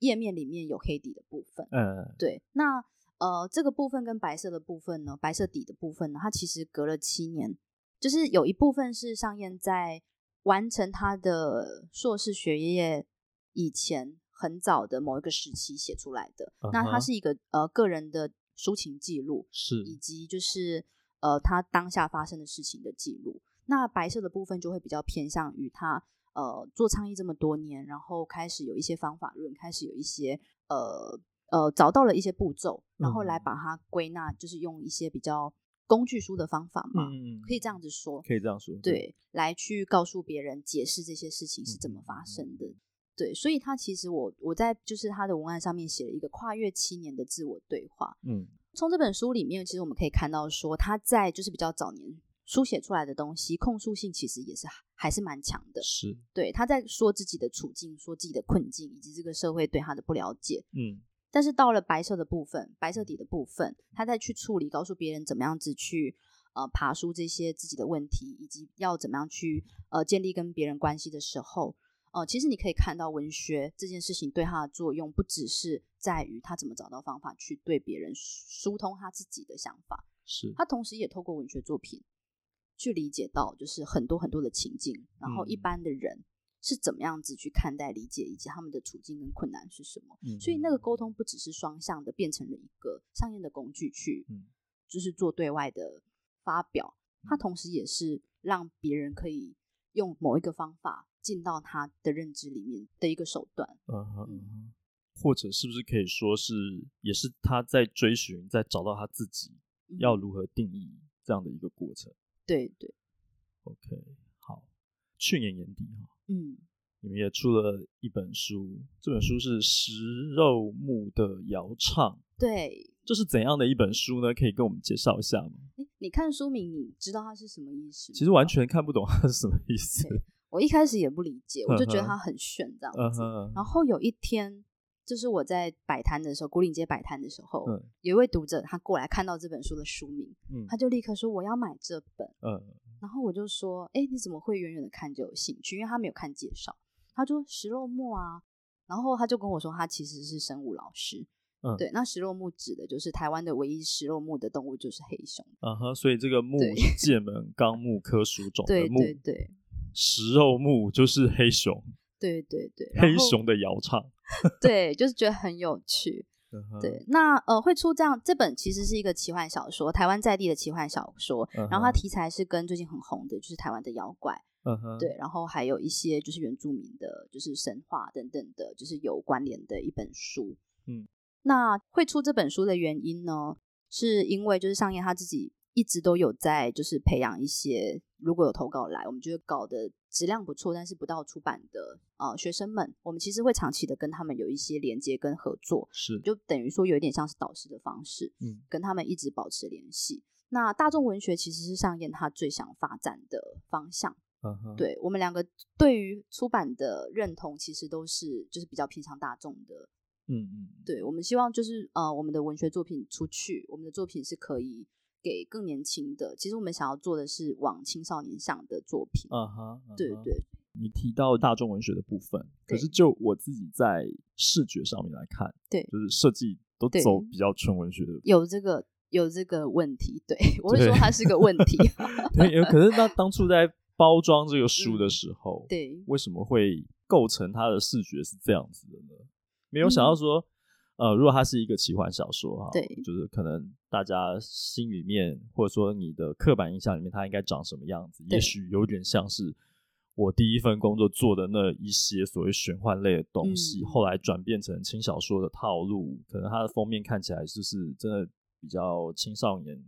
[SPEAKER 3] 页面里面有黑底的部分。
[SPEAKER 1] 呃，
[SPEAKER 3] 对，那呃这个部分跟白色的部分呢，白色底的部分呢，它其实隔了七年，就是有一部分是上燕在完成他的硕士学业以前很早的某一个时期写出来的。那
[SPEAKER 1] 嗯
[SPEAKER 3] 它
[SPEAKER 1] 哼
[SPEAKER 3] 是一个呃个人的抒情记录，
[SPEAKER 1] 是
[SPEAKER 3] 以及就是呃他当下发生的事情的记录。那白色的部分就会比较偏向于他呃做倡议这么多年，然后开始有一些方法论，开始有一些呃呃找到了一些步骤，然后来
[SPEAKER 1] 嗯
[SPEAKER 3] 把它归纳，就是用一些比较工具书的方法嘛，
[SPEAKER 1] 嗯，
[SPEAKER 3] 可以这样子说，
[SPEAKER 1] 可以这样说，
[SPEAKER 3] 对，来去告诉别人解释这些事情是怎
[SPEAKER 1] 嗯
[SPEAKER 3] 么发生的。对，所以他其实我我在就是他的文案上面写了一个跨越七年的自我对话。
[SPEAKER 1] 嗯
[SPEAKER 3] 从这本书里面，其实我们可以看到说他在就是比较早年书写出来的东西，控诉性其实也是还是蛮强的。
[SPEAKER 1] 是
[SPEAKER 3] 对，他在说自己的处境，说自己的困境，以及这个社会对他的不了解。
[SPEAKER 1] 嗯
[SPEAKER 3] 但是到了白色的部分，白色底的部分，他再去处理，告诉别人怎么样子去呃爬出这些自己的问题，以及要怎么样去呃建立跟别人关系的时候，呃，其实你可以看到文学这件事情对他的作用，不只是在于他怎么找到方法去对别人疏通他自己的想法，
[SPEAKER 1] 是
[SPEAKER 3] 他同时也透过文学作品去理解到就是很多很多的情境，然后一
[SPEAKER 1] 嗯
[SPEAKER 3] 般的人。是怎么样子去看待、理解，以及他们的处境跟困难是什么？
[SPEAKER 1] 嗯
[SPEAKER 3] 所以那个
[SPEAKER 1] 嗯
[SPEAKER 3] 沟通不只是双向的，变成了一个商业的工具去，
[SPEAKER 1] 嗯
[SPEAKER 3] 就是做对外的发表。它同时也是让别人可以用某一个方法进到他的认知里面的一个手段。
[SPEAKER 1] 嗯哼
[SPEAKER 3] 嗯
[SPEAKER 1] 嗯哼，或者是不是可以说是，也是他在追寻，在找到他自己
[SPEAKER 3] 嗯
[SPEAKER 1] 要如何定义这样的一个过程。
[SPEAKER 3] 对对，
[SPEAKER 1] OK，好，去年年底哈，
[SPEAKER 3] 嗯
[SPEAKER 1] 你们也出了一本书，这本书是食肉木的谣唱，
[SPEAKER 3] 对。
[SPEAKER 1] 这是怎样的一本书呢？可以跟我们介绍一下吗？
[SPEAKER 3] 诶你看书名，你知道它是什么意思吗？
[SPEAKER 1] 其实完全看不懂它是什么意思。
[SPEAKER 3] 对我一开始也不理解，我就觉得
[SPEAKER 1] 嗯哼
[SPEAKER 3] 它很炫这样
[SPEAKER 1] 嗯
[SPEAKER 3] 子。
[SPEAKER 1] 哼，
[SPEAKER 3] 然后有一天，就是我在摆摊的时候，古岭街摆摊的时候，
[SPEAKER 1] 嗯
[SPEAKER 3] 有一位读者他过来看到这本书的书名，
[SPEAKER 1] 嗯
[SPEAKER 3] 他就立刻说我要买这本。
[SPEAKER 1] 嗯
[SPEAKER 3] 然后我就说，哎，你怎么会远远的看就有兴趣？因为他没有看介绍，他就石肉木啊。然后他就跟我说，他其实是生物老师。
[SPEAKER 1] 嗯
[SPEAKER 3] 对，那石肉木指的就是台湾的唯一石肉木的动物就是黑熊。
[SPEAKER 1] 嗯哼，所以这个木
[SPEAKER 3] 对
[SPEAKER 1] 是界门纲目科属种的
[SPEAKER 3] 对
[SPEAKER 1] 哦木，
[SPEAKER 3] 对对
[SPEAKER 1] 食肉木就是黑熊，
[SPEAKER 3] 对对对，然
[SPEAKER 1] 黑
[SPEAKER 3] 后
[SPEAKER 1] 熊的谣唱。
[SPEAKER 3] 对，就是觉得很有趣。
[SPEAKER 1] 嗯哼，
[SPEAKER 3] 对，那呃，会出这样这本其实是一个奇幻小说，台湾在地的奇幻小说。
[SPEAKER 1] 嗯哼
[SPEAKER 3] 然后它题材是跟最近很红的，就是台湾的妖怪，
[SPEAKER 1] 嗯哼，
[SPEAKER 3] 对，然后还有一些就是原住民的，就是神话等等的，就是有关联的一本书。
[SPEAKER 1] 嗯，
[SPEAKER 3] 那会出这本书的原因呢，是因为就是上燕他自己一直都有在就是培养一些，如果有投稿来，我们觉得稿的质量不错，但是不到出版的呃学生们，我们其实会长期的跟他们有一些连接跟合作，
[SPEAKER 1] 是，
[SPEAKER 3] 就等于说有一点像是导师的方式。
[SPEAKER 1] 嗯
[SPEAKER 3] 跟他们一直保持联系。那大众文学其实是上燕他最想发展的方向。
[SPEAKER 1] 嗯哼，
[SPEAKER 3] 对我们两个对于出版的认同，其实都是就是比较偏向大众的。
[SPEAKER 1] 嗯嗯，
[SPEAKER 3] 对我们希望就是呃，我们的文学作品出去，我们的作品是可以给更年轻的。其实我们想要做的是往青少年向的作品。
[SPEAKER 1] 嗯哼，嗯
[SPEAKER 3] 对
[SPEAKER 1] 哼
[SPEAKER 3] 对，
[SPEAKER 1] 你提到大众文学的部分，可
[SPEAKER 3] 对
[SPEAKER 1] 是就我自己在视觉上面来看，
[SPEAKER 3] 对
[SPEAKER 1] 就是设计都
[SPEAKER 3] 对，
[SPEAKER 1] 走比较纯文学的
[SPEAKER 3] 有这个有这个问题， 对我会
[SPEAKER 1] 对
[SPEAKER 3] 说它是个问题。
[SPEAKER 1] 对。 呃可是那当初在包装这个书
[SPEAKER 3] 嗯
[SPEAKER 1] 的时候，，
[SPEAKER 3] 对，
[SPEAKER 1] 为什么会构成它的视觉是这样子的呢？没有想到说，呃，如果它是一个奇幻小说哈，
[SPEAKER 3] 嗯对
[SPEAKER 1] 就是可能大家心里面或者说你的刻板印象里面，它应该长什么样子？也
[SPEAKER 3] 对
[SPEAKER 1] 许有点像是我第一份工作做的那一些所谓玄幻类的东西，
[SPEAKER 3] 嗯
[SPEAKER 1] 后来转变成轻小说的套路，可能它的封面看起来就是真的比较青少年。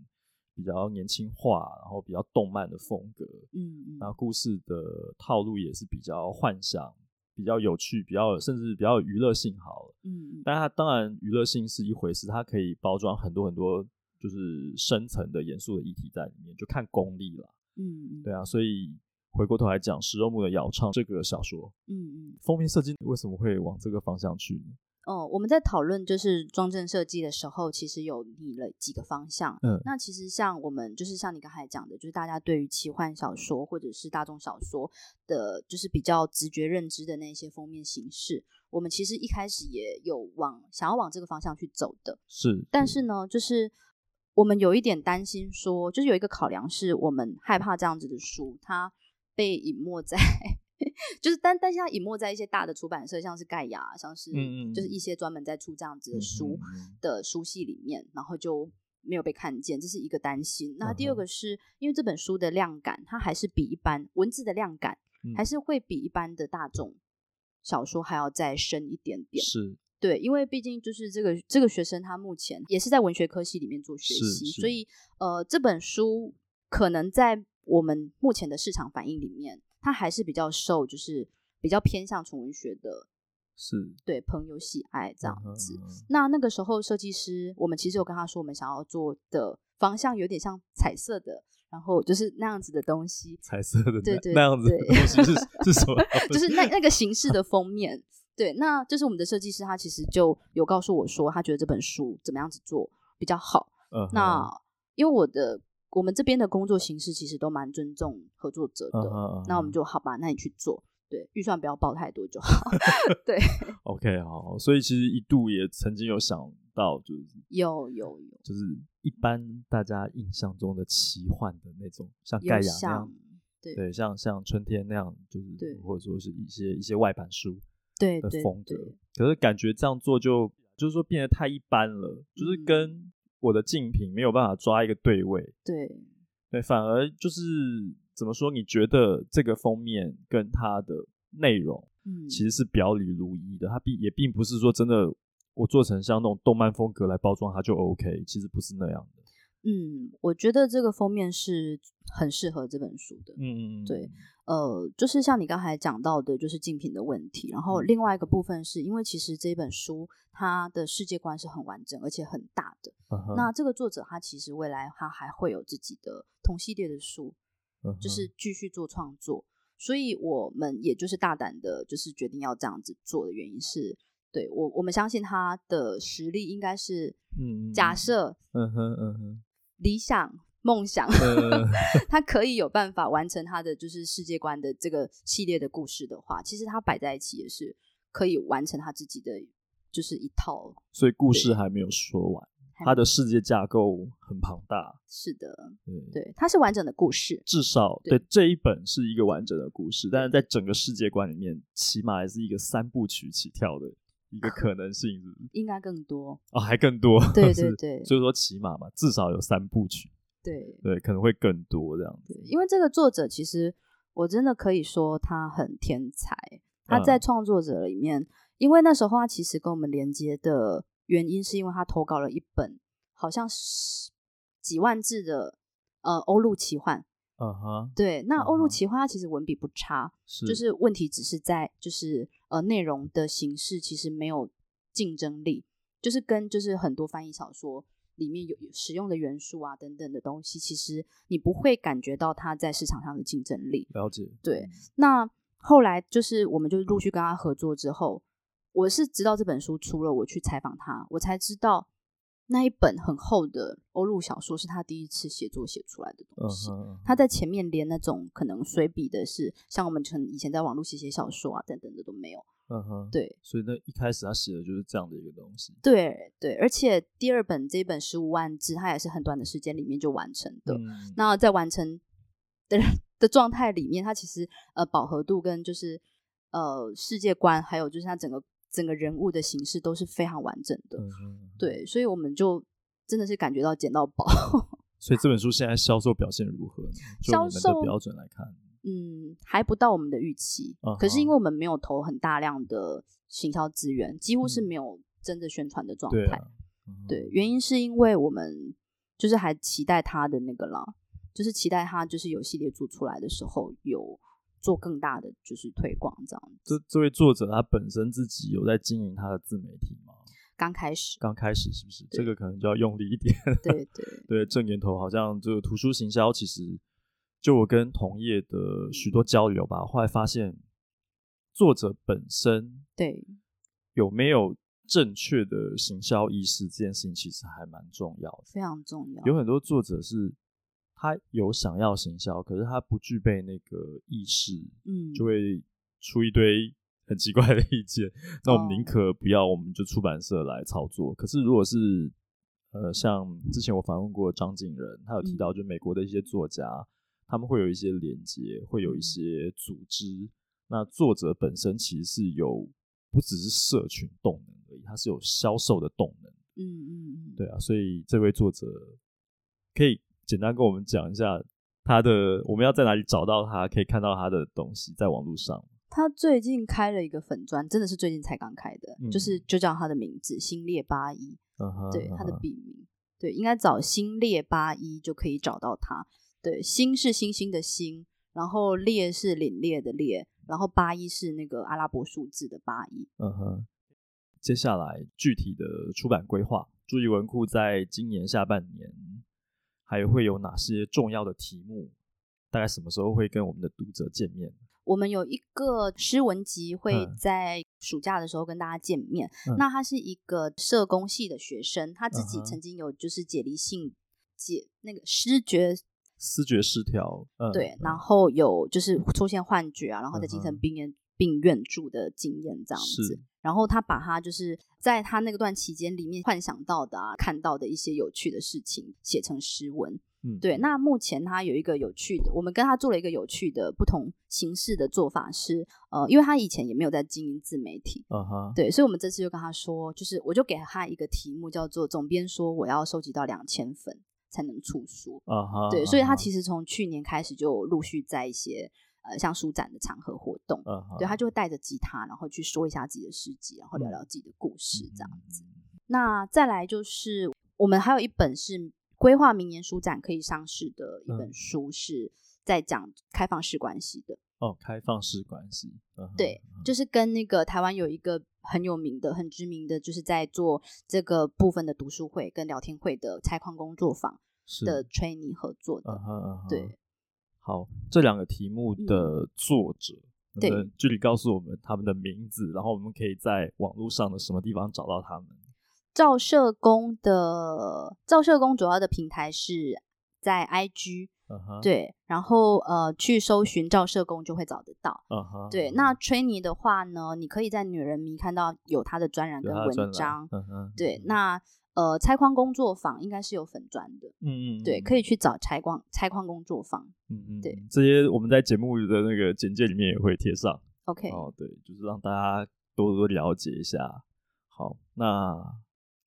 [SPEAKER 1] 比较年轻化，然后比较动漫的风格，
[SPEAKER 3] 嗯
[SPEAKER 1] 然
[SPEAKER 3] 嗯，
[SPEAKER 1] 后故事的套路也是比较幻想、比较有趣、比较甚至比较有娱乐性好了。
[SPEAKER 3] 嗯
[SPEAKER 1] 但它当然娱乐性是一回事，它可以包装很多很多就是深层的严肃的议题在里面，就看功力了。
[SPEAKER 3] 嗯嗯
[SPEAKER 1] 对啊，所以回过头来讲，石头木的谣唱这个小说
[SPEAKER 3] 嗯嗯。
[SPEAKER 1] 封面设计为什么会往这个方向去呢？
[SPEAKER 3] 哦，我们在讨论就是装帧设计的时候，其实有拟了几个方向。
[SPEAKER 1] 嗯
[SPEAKER 3] 那其实像我们就是像你刚才讲的，就是大家对于奇幻小说或者是大众小说的，就是比较直觉认知的那些封面形式，我们其实一开始也有往想要往这个方向去走的。
[SPEAKER 1] 是，
[SPEAKER 3] 但是呢，就是我们有一点担心说，就是有一个考量是我们害怕这样子的书，它被隐没在 就是但但现在隐没在一些大的出版社，像是盖亚，啊像是
[SPEAKER 1] 嗯嗯嗯嗯
[SPEAKER 3] 就是一些专门在出这样子的书的书系里面，然后就没有被看见，这是一个担心。那第
[SPEAKER 1] 嗯
[SPEAKER 3] 二
[SPEAKER 1] 哼
[SPEAKER 3] 个是因为这本书的量感，它还是比一般文字的量感
[SPEAKER 1] 嗯
[SPEAKER 3] 还是会比一般的大众小说还要再深一点点。
[SPEAKER 1] 是
[SPEAKER 3] 对，因为毕竟就是这个这个学生他目前也是在文学科系里面做学
[SPEAKER 1] 是
[SPEAKER 3] 习，
[SPEAKER 1] 是
[SPEAKER 3] 所以呃这本书可能在我们目前的市场反应里面，它还是比较受就是比较偏向纯文学的
[SPEAKER 1] 是
[SPEAKER 3] 对朋友喜爱这样子。
[SPEAKER 1] 嗯哼
[SPEAKER 3] 那那个时候设计师，我们其实有跟他说，我们想要做的方向有点像彩色的，然后就是那样子的东西，
[SPEAKER 1] 彩色的
[SPEAKER 3] 对
[SPEAKER 1] 那
[SPEAKER 3] 对
[SPEAKER 1] 那样子的
[SPEAKER 3] 对
[SPEAKER 1] 东 西是是什么？
[SPEAKER 3] 就是那那个形式的封面。对，那就是我们的设计师，他其实就有告诉我说，他觉得这本书怎么样子做比较好。
[SPEAKER 1] 嗯哼
[SPEAKER 3] 那因为我的我们这边的工作形式其实都蛮尊重合作者的，
[SPEAKER 1] 嗯哼嗯
[SPEAKER 3] 那我们
[SPEAKER 1] 哼
[SPEAKER 3] 就好吧，那你去做。对，预算不要报太多就好。 对，
[SPEAKER 1] 嗯 OK 好，所以其实一度也曾经有想到，就是
[SPEAKER 3] 有有有
[SPEAKER 1] 就是一般大家印象中的奇幻的那种，像盖
[SPEAKER 3] 有
[SPEAKER 1] 亚那
[SPEAKER 3] 像
[SPEAKER 1] 样，，
[SPEAKER 3] 对
[SPEAKER 1] 对，像像春天那样，就
[SPEAKER 3] 对
[SPEAKER 1] 是或者说是一些一些外版书
[SPEAKER 3] 对
[SPEAKER 1] 的
[SPEAKER 3] 对
[SPEAKER 1] 风格
[SPEAKER 3] 对，
[SPEAKER 1] 可是感觉这样做就就是说变得太一般了，就是
[SPEAKER 3] 嗯
[SPEAKER 1] 跟我的竞品没有办法抓一个对位，
[SPEAKER 3] 对
[SPEAKER 1] 对，反而就是怎么说？你觉得这个封面跟它的内容
[SPEAKER 3] 嗯，
[SPEAKER 1] 其实是表里如一的，它并也并不是说真的我做成像那种动漫风格来包装它就 OK，其实不是那样的。
[SPEAKER 3] 嗯，我觉得这个封面是很适合这本书的。
[SPEAKER 1] 嗯，
[SPEAKER 3] 对，呃，就是像你刚才讲到的，就是竞品的问题。然后
[SPEAKER 1] 嗯
[SPEAKER 3] 另外一个部分是因为其实这本书它的世界观是很完整而且很大的。
[SPEAKER 1] 嗯哼
[SPEAKER 3] 那这个作者他其实未来他还会有自己的同系列的书，
[SPEAKER 1] 嗯哼
[SPEAKER 3] 就是继续做创作。所以我们也就是大胆的，就是决定要这样子做的原因是，对我我们相信他的实力应该是，
[SPEAKER 1] 嗯嗯
[SPEAKER 3] 假
[SPEAKER 1] 嗯
[SPEAKER 3] 设
[SPEAKER 1] 嗯哼嗯哼，
[SPEAKER 3] 理想梦想，
[SPEAKER 1] 呃
[SPEAKER 3] 他可以有办法完成他的就是世界观的这个系列的故事的话，其实他摆在一起也是可以完成他自己的就是一套。
[SPEAKER 1] 所以故事还没有说完，
[SPEAKER 3] 还
[SPEAKER 1] 它的世界架构很庞大，
[SPEAKER 3] 是的，
[SPEAKER 1] 对。
[SPEAKER 3] 对，它是完整的故事。
[SPEAKER 1] 至少
[SPEAKER 3] 对
[SPEAKER 1] 对这一本是一个完整的故事，但是在整个世界观里面，起码也是一个三部曲起跳的一个可能性，是不是？
[SPEAKER 3] 应该更 多，
[SPEAKER 1] 哦，还更多，
[SPEAKER 3] 对对
[SPEAKER 1] 是
[SPEAKER 3] 对
[SPEAKER 1] 所以说起码嘛，至少有三部曲，
[SPEAKER 3] 对
[SPEAKER 1] 对，可能会更多这样子
[SPEAKER 3] 对，因为这个作者其实我真的可以说他很天才，他在
[SPEAKER 1] 嗯
[SPEAKER 3] 创作者里面，因为那时候他其实跟我们连接的原因是因为他投稿了一本好像是几万字的呃欧陆奇幻，
[SPEAKER 1] 嗯哼，
[SPEAKER 3] 对，那
[SPEAKER 1] 嗯
[SPEAKER 3] 欧陆
[SPEAKER 1] 哼
[SPEAKER 3] 奇幻它其实文笔不差，
[SPEAKER 1] 是
[SPEAKER 3] 就是问题只是在就是呃内容的形式其实没有竞争力，就是跟就是很多翻译小说里面有有使用的元素啊等等的东西，其实你不会感觉到它在市场上的竞争力。
[SPEAKER 1] 了解，
[SPEAKER 3] 对，那后来就是我们就陆续跟他合作之后，我是直到这本书出了，我去采访他，我才知道那一本很厚的欧陆小说是他第一次写作写出来的东
[SPEAKER 1] 嗯
[SPEAKER 3] 西。
[SPEAKER 1] 哼，
[SPEAKER 3] 他在前面连那种可能随笔的是，像我们可能以前在网络写写小说啊等等的都没有。
[SPEAKER 1] 嗯哼，，
[SPEAKER 3] 对
[SPEAKER 1] 所以那一开始他写的就是这样的一个东西，
[SPEAKER 3] 对对，而且第二本这一本十五万字，它也是很短的时间里面就完成的。
[SPEAKER 1] 嗯
[SPEAKER 3] 那在完成的的状态里面，它其实呃饱和度跟就是呃世界观，还有就是它整个整个人物的形式都是非常完整的。
[SPEAKER 1] 嗯哼，
[SPEAKER 3] 对，所以我们就真的是感觉到捡到宝。
[SPEAKER 1] 所以这本书现在销售表现如何呢？就
[SPEAKER 3] 销
[SPEAKER 1] 你们
[SPEAKER 3] 售
[SPEAKER 1] 的标准来看，
[SPEAKER 3] 嗯，还不到我们的预期。
[SPEAKER 1] 嗯
[SPEAKER 3] 可是
[SPEAKER 1] 哼
[SPEAKER 3] 因为我们没有投很大量的行销资源，几乎是
[SPEAKER 1] 嗯
[SPEAKER 3] 没有真的宣传的状
[SPEAKER 1] 对
[SPEAKER 3] 态。
[SPEAKER 1] 啊，嗯哼
[SPEAKER 3] 对，原因是因为我们就是还期待他的那个啦，就是期待他就是有系列做出来的时候有做更大的就是推广这样。
[SPEAKER 1] 这这位作者他本身自己有在经营他的自媒体吗？
[SPEAKER 3] 刚开始，
[SPEAKER 1] 刚开始是不是？
[SPEAKER 3] 对
[SPEAKER 1] 这个可能就要用力一点。
[SPEAKER 3] 对对
[SPEAKER 1] 对，正源头好像这个图书行销，其实就我跟同业的许多交流吧，后来发现作者本身
[SPEAKER 3] 对，
[SPEAKER 1] 有没有正确的行销意识这件事情，其实还蛮重要的。
[SPEAKER 3] 非常重要。
[SPEAKER 1] 有很多作者是他有想要行销，可是他不具备那个意识，
[SPEAKER 3] 嗯，
[SPEAKER 1] 就会出一堆很奇怪的意见。那我们
[SPEAKER 3] 哦
[SPEAKER 1] 宁可不要，我们就出版社来操作。可是如果是呃，像之前我访问过张敬仁，他有提
[SPEAKER 3] 嗯
[SPEAKER 1] 到，就美国的一些作家，他们会有一些连接，会有一
[SPEAKER 3] 嗯
[SPEAKER 1] 些组织，那作者本身其实是有不只是社群动能而已，它是有销售的动能。
[SPEAKER 3] 嗯嗯嗯，
[SPEAKER 1] 对啊，所以这位作者可以简单跟我们讲一下他的，我们要在哪里找到他，可以看到他的东西在网络上。
[SPEAKER 3] 他最近开了一个粉砖，真的是最近才刚开的，
[SPEAKER 1] 嗯
[SPEAKER 3] 就是就叫他的名字星列八一，
[SPEAKER 1] 嗯哼
[SPEAKER 3] 对他的
[SPEAKER 1] 嗯哼
[SPEAKER 3] 笔名，对，应该找星列八一就可以找到他。对，星是星星的星，然后列是凛冽的列，然后八一是那个阿拉伯数字的八一。
[SPEAKER 1] 嗯哼，接下来具体的出版规划，注意文库在今年下半年还会有哪些重要的题目？大概什么时候会跟我们的读者见面？
[SPEAKER 3] 我们有一个诗文集会
[SPEAKER 1] 嗯
[SPEAKER 3] 在暑假的时候跟大家见面。
[SPEAKER 1] 嗯
[SPEAKER 3] 那他是一个社工系的学生，他自己
[SPEAKER 1] 嗯哼
[SPEAKER 3] 曾经有就是解离性解那个失觉
[SPEAKER 1] 思觉失调，嗯，
[SPEAKER 3] 对，
[SPEAKER 1] 嗯
[SPEAKER 3] 然后有就是出现幻觉啊，然后在精
[SPEAKER 1] 嗯
[SPEAKER 3] 神
[SPEAKER 1] 哼
[SPEAKER 3] 病院病院住的经验这样
[SPEAKER 1] 是
[SPEAKER 3] 子。然后他把他就是在他那个段期间里面幻想到的啊、看到的一些有趣的事情写成诗文。
[SPEAKER 1] 嗯
[SPEAKER 3] 对，那目前他有一个有趣的，我们跟他做了一个有趣的不同形式的做法是，呃，因为他以前也没有在经营自媒体，
[SPEAKER 1] 嗯哼，
[SPEAKER 3] 对，所以我们这次就跟他说，就是我就给他一个题目叫做“总编说我要收集到两千粉才能出书”，
[SPEAKER 1] 嗯哼，
[SPEAKER 3] 对，所以他
[SPEAKER 1] 实
[SPEAKER 3] 其实从去年开始就陆续在一些呃像书展的场合活动，
[SPEAKER 1] 嗯哼，
[SPEAKER 3] 对他就会带着吉他，然后去说一下自己的事迹，然后聊
[SPEAKER 1] 嗯
[SPEAKER 3] 聊自己的故事这样子。
[SPEAKER 1] 嗯
[SPEAKER 3] 那再来就是我们还有一本是规划明年书展可以上市的一本
[SPEAKER 1] 嗯
[SPEAKER 3] 书，是在讲开放式关系的，
[SPEAKER 1] 哦，开放式关系，嗯哼
[SPEAKER 3] 对，就是跟那个台湾有一个。很有名的、很知名的，就是在做这个部分的读书会跟聊天会的拆框工作坊
[SPEAKER 1] 是
[SPEAKER 3] 的 trainee 合作的。
[SPEAKER 1] 嗯哼嗯哼，
[SPEAKER 3] 对。嗯
[SPEAKER 1] 好，这两个题目的作者，
[SPEAKER 3] 对
[SPEAKER 1] 能不能具体告诉我们他们的名字，然后我们可以在网络上的什么地方找到他们？
[SPEAKER 3] 照社工的照社工主要的平台是在 IG，
[SPEAKER 1] 嗯哼，，
[SPEAKER 3] 对，然后呃去搜寻照社工就会找得到。
[SPEAKER 1] 嗯哼，
[SPEAKER 3] 对，那吹尼的话呢，你可以在女人迷看到有他的专栏
[SPEAKER 1] 有
[SPEAKER 3] 跟
[SPEAKER 1] 他的专
[SPEAKER 3] 文
[SPEAKER 1] 栏
[SPEAKER 3] 章。
[SPEAKER 1] 嗯哼，
[SPEAKER 3] 对，那呃拆框工作坊应该是有粉砖的，
[SPEAKER 1] 嗯嗯，
[SPEAKER 3] 对，可以去找拆框拆框工作坊。
[SPEAKER 1] 嗯，嗯嗯，
[SPEAKER 3] 对
[SPEAKER 1] 这些我们在节目的那个简介里面也会贴上。
[SPEAKER 3] OK，
[SPEAKER 1] 哦，对，就是让大家多多了解一下。好，那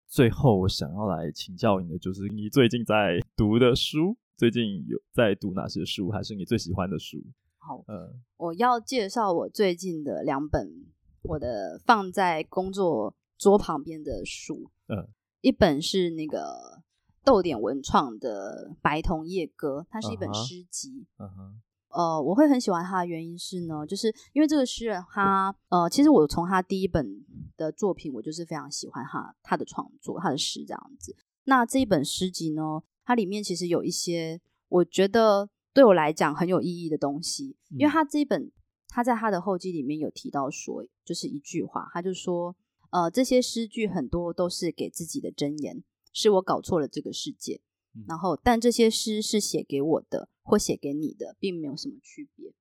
[SPEAKER 1] 最后我想要来请教你的，就是你最近在读的书，最近有在读哪些书，还是你最喜欢的书？
[SPEAKER 3] 好，
[SPEAKER 1] 嗯
[SPEAKER 3] 我要介绍我最近的两本我的放在工作桌旁边的书，
[SPEAKER 1] 嗯，
[SPEAKER 3] 一本是那个豆点文创的《白桐夜歌》，它是一本
[SPEAKER 1] 啊哈
[SPEAKER 3] 诗集。
[SPEAKER 1] 嗯哼，
[SPEAKER 3] 呃，我会很喜欢他的原因是呢，就是因为这个诗人他呃，其实我从他第一本的作品，我就是非常喜欢他他的创作，他的诗这样子。那这一本诗集呢，它里面其实有一些我觉得对我来讲很有意义的东西，因为
[SPEAKER 1] 嗯
[SPEAKER 3] 他这一本他在他的后记里面有提到说，就是一句话，他就说，呃，这些诗句很多都是给自己的箴言，是我搞错了这个世界
[SPEAKER 1] 嗯。
[SPEAKER 3] 然后，但这些诗是写给我的或写给你的，并没有什么区别。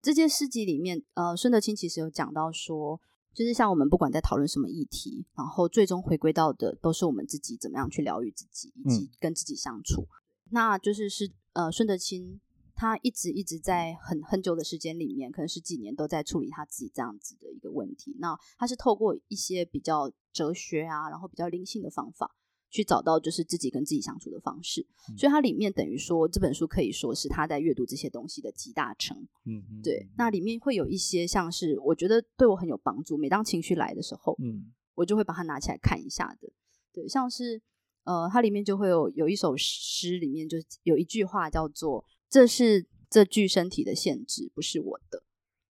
[SPEAKER 3] 这些诗集里面，呃，孙德清其实有讲到说，就是像我们不管在讨论什么议题，然后最终回归到的都是我们自己怎么样去疗愈自己，以及跟自己相处。那就是是呃，孙德清他一直一直在很很久的时间里面，可能十几年都在处理他自己这样子的一个问题。那他是透过一些比较哲学啊，然后比较灵性的方法。去找到就是自己跟自己相处的方式，
[SPEAKER 1] 嗯
[SPEAKER 3] 所以它里面等于说这本书可以说是他在阅读这些东西的集大成。
[SPEAKER 1] 嗯哼，
[SPEAKER 3] 对，那里面会有一些像是我觉得对我很有帮助，每当情绪来的时候，
[SPEAKER 1] 嗯
[SPEAKER 3] 我就会把它拿起来看一下的。对，像是呃，它里面就会有有一首诗，里面就有一句话叫做“这是这具身体的限制，不是我的”。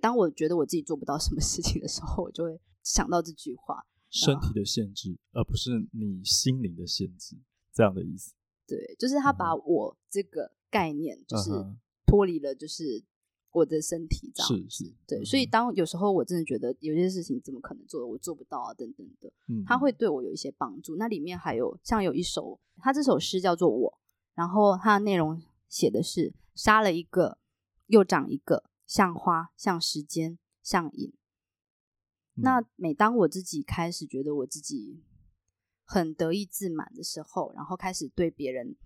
[SPEAKER 3] 当我觉得我自己做不到什么事情的时候，我就会想到这句话。
[SPEAKER 1] 身体的限制，而不是你心灵的限制，这样的意思。
[SPEAKER 3] 对，就是他把我这个概念，就是
[SPEAKER 1] 嗯哼
[SPEAKER 3] 脱离了，就是我的身体这样
[SPEAKER 1] 是嗯是，
[SPEAKER 3] 对，所以当有时候我真的觉得有些事情怎么可能做，我做不到啊，等等的，
[SPEAKER 1] 嗯
[SPEAKER 3] 它会对我有一些帮助。那里面还有像有一首，他这首诗叫做《我》，然后它的内容写的是杀了一个又长一个，像花，像时间，像影。
[SPEAKER 1] 嗯
[SPEAKER 3] 那每当我自己开始觉得我自己很得意自满的时候，然后开始对别人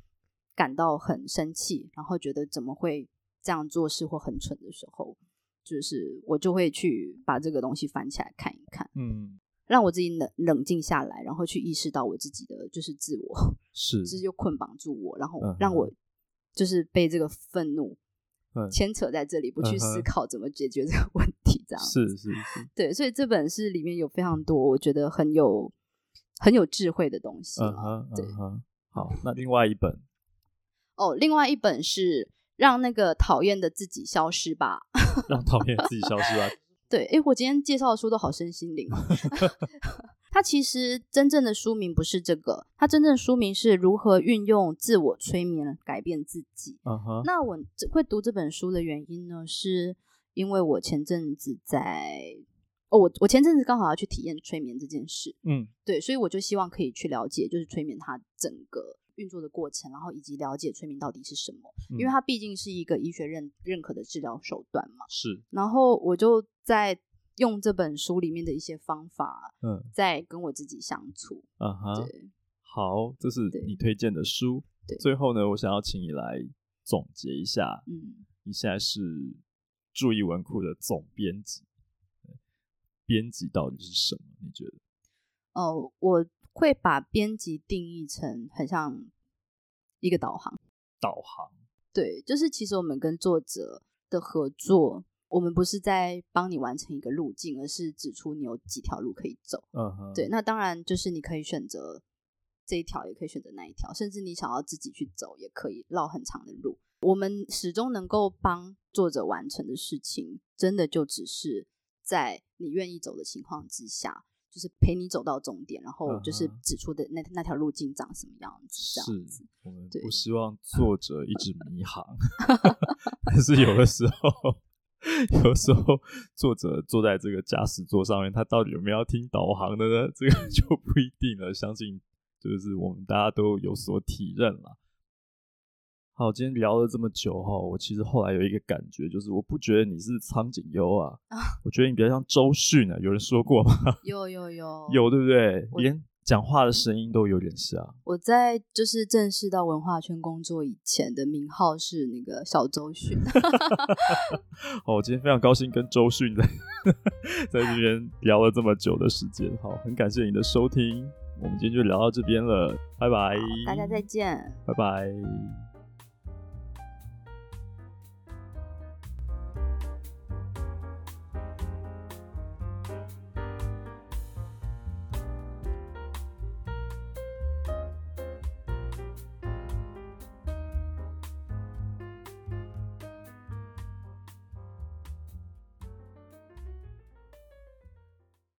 [SPEAKER 3] 感到很生气，然后觉得怎么会这样做是或很蠢的时候，就是我就会去把这个东西翻起来看一看，
[SPEAKER 1] 嗯，
[SPEAKER 3] 让我自己冷冷静下来，然后去意识到我自己的就是自我，
[SPEAKER 1] 是
[SPEAKER 3] 就是又捆绑住我，然后
[SPEAKER 1] 嗯哼
[SPEAKER 3] 让我就是被这个愤怒
[SPEAKER 1] 嗯
[SPEAKER 3] 牵扯在这里，不去
[SPEAKER 1] 嗯哼
[SPEAKER 3] 思考怎么解决这个问题，这样
[SPEAKER 1] 是是嗯是，
[SPEAKER 3] 对，所以这本是里面有非常多我觉得很有很有智慧的东西
[SPEAKER 1] 嗯
[SPEAKER 3] 啦。
[SPEAKER 1] 哼
[SPEAKER 3] 对
[SPEAKER 1] 嗯哼，好，那另外一本
[SPEAKER 3] 哦，另外一本是让那个讨厌的自己消失吧。
[SPEAKER 1] 让讨厌自己消失吧，
[SPEAKER 3] 对，诶，我今天介绍的书都好身心灵哦。 它其实真正的书名不是这个，它真正的书名是如何运用自我催眠改变自己。
[SPEAKER 1] 嗯哼，
[SPEAKER 3] 那我这会读这本书的原因呢，是因为我前阵子在哦，我我前阵子刚好要去体验催眠这件事，
[SPEAKER 1] 嗯
[SPEAKER 3] 对，所以我就希望可以去了解，就是催眠它整个运作的过程，然后以及了解催眠到底是什么，因为
[SPEAKER 1] 嗯
[SPEAKER 3] 它毕竟是一个医学认认可的治疗手段嘛。
[SPEAKER 1] 是，
[SPEAKER 3] 然后我就在用这本书里面的一些方法，
[SPEAKER 1] 嗯
[SPEAKER 3] 在跟我自己相处。
[SPEAKER 1] 嗯哼，
[SPEAKER 3] 对，
[SPEAKER 1] 好，这是
[SPEAKER 3] 对
[SPEAKER 1] 你推荐的书
[SPEAKER 3] 对。
[SPEAKER 1] 最后呢，我想要请你来总结一下，
[SPEAKER 3] 嗯，
[SPEAKER 1] 你现在是注意文库的总编辑，编辑到底是什么？你觉得？
[SPEAKER 3] 哦，我会把编辑定义成很像一个导航。
[SPEAKER 1] 导航
[SPEAKER 3] 对，就是其实我们跟作者的合作，我们不是在帮你完成一个路径，而是指出你有几条路可以走。
[SPEAKER 1] 嗯哼，
[SPEAKER 3] 对，，那当然就是你可以选择这一条，也可以选择那一条，甚至你想要自己去走也可以，绕很长的路。我们始终能够帮作者完成的事情，真的就只是在你愿意走的情况之下，就是陪你走到终点，然后就是
[SPEAKER 1] 嗯哼
[SPEAKER 3] 指出的那那条路径长什么样子，这样子
[SPEAKER 1] 是。我们
[SPEAKER 3] 对
[SPEAKER 1] 不希望作者一直 迷航，但是有的时候，有时候作者坐在这个驾驶座上面，他到底有没有要听导航的呢？这
[SPEAKER 3] 嗯
[SPEAKER 1] 个 就不一定了。相信就是我们大家都有所体认了。好，今天聊了这么久哈，我其实后来有一个感觉，就是我不觉得你是苍井优啊，
[SPEAKER 3] 啊
[SPEAKER 1] 我觉得你比较像周迅啊，有人说过吗？
[SPEAKER 3] 有有有
[SPEAKER 1] 有对不对？
[SPEAKER 3] 哦我
[SPEAKER 1] 连讲话的声音都有点像。
[SPEAKER 3] 我在就是正式到文化圈工作以前的名号是那个小 周迅，
[SPEAKER 1] 好，哦我今天非常高兴跟周迅在 在这边聊了这么久的时间，好，很感谢你的收听，我们今天就聊到这边了，拜拜，
[SPEAKER 3] 大家再见。
[SPEAKER 1] 拜拜。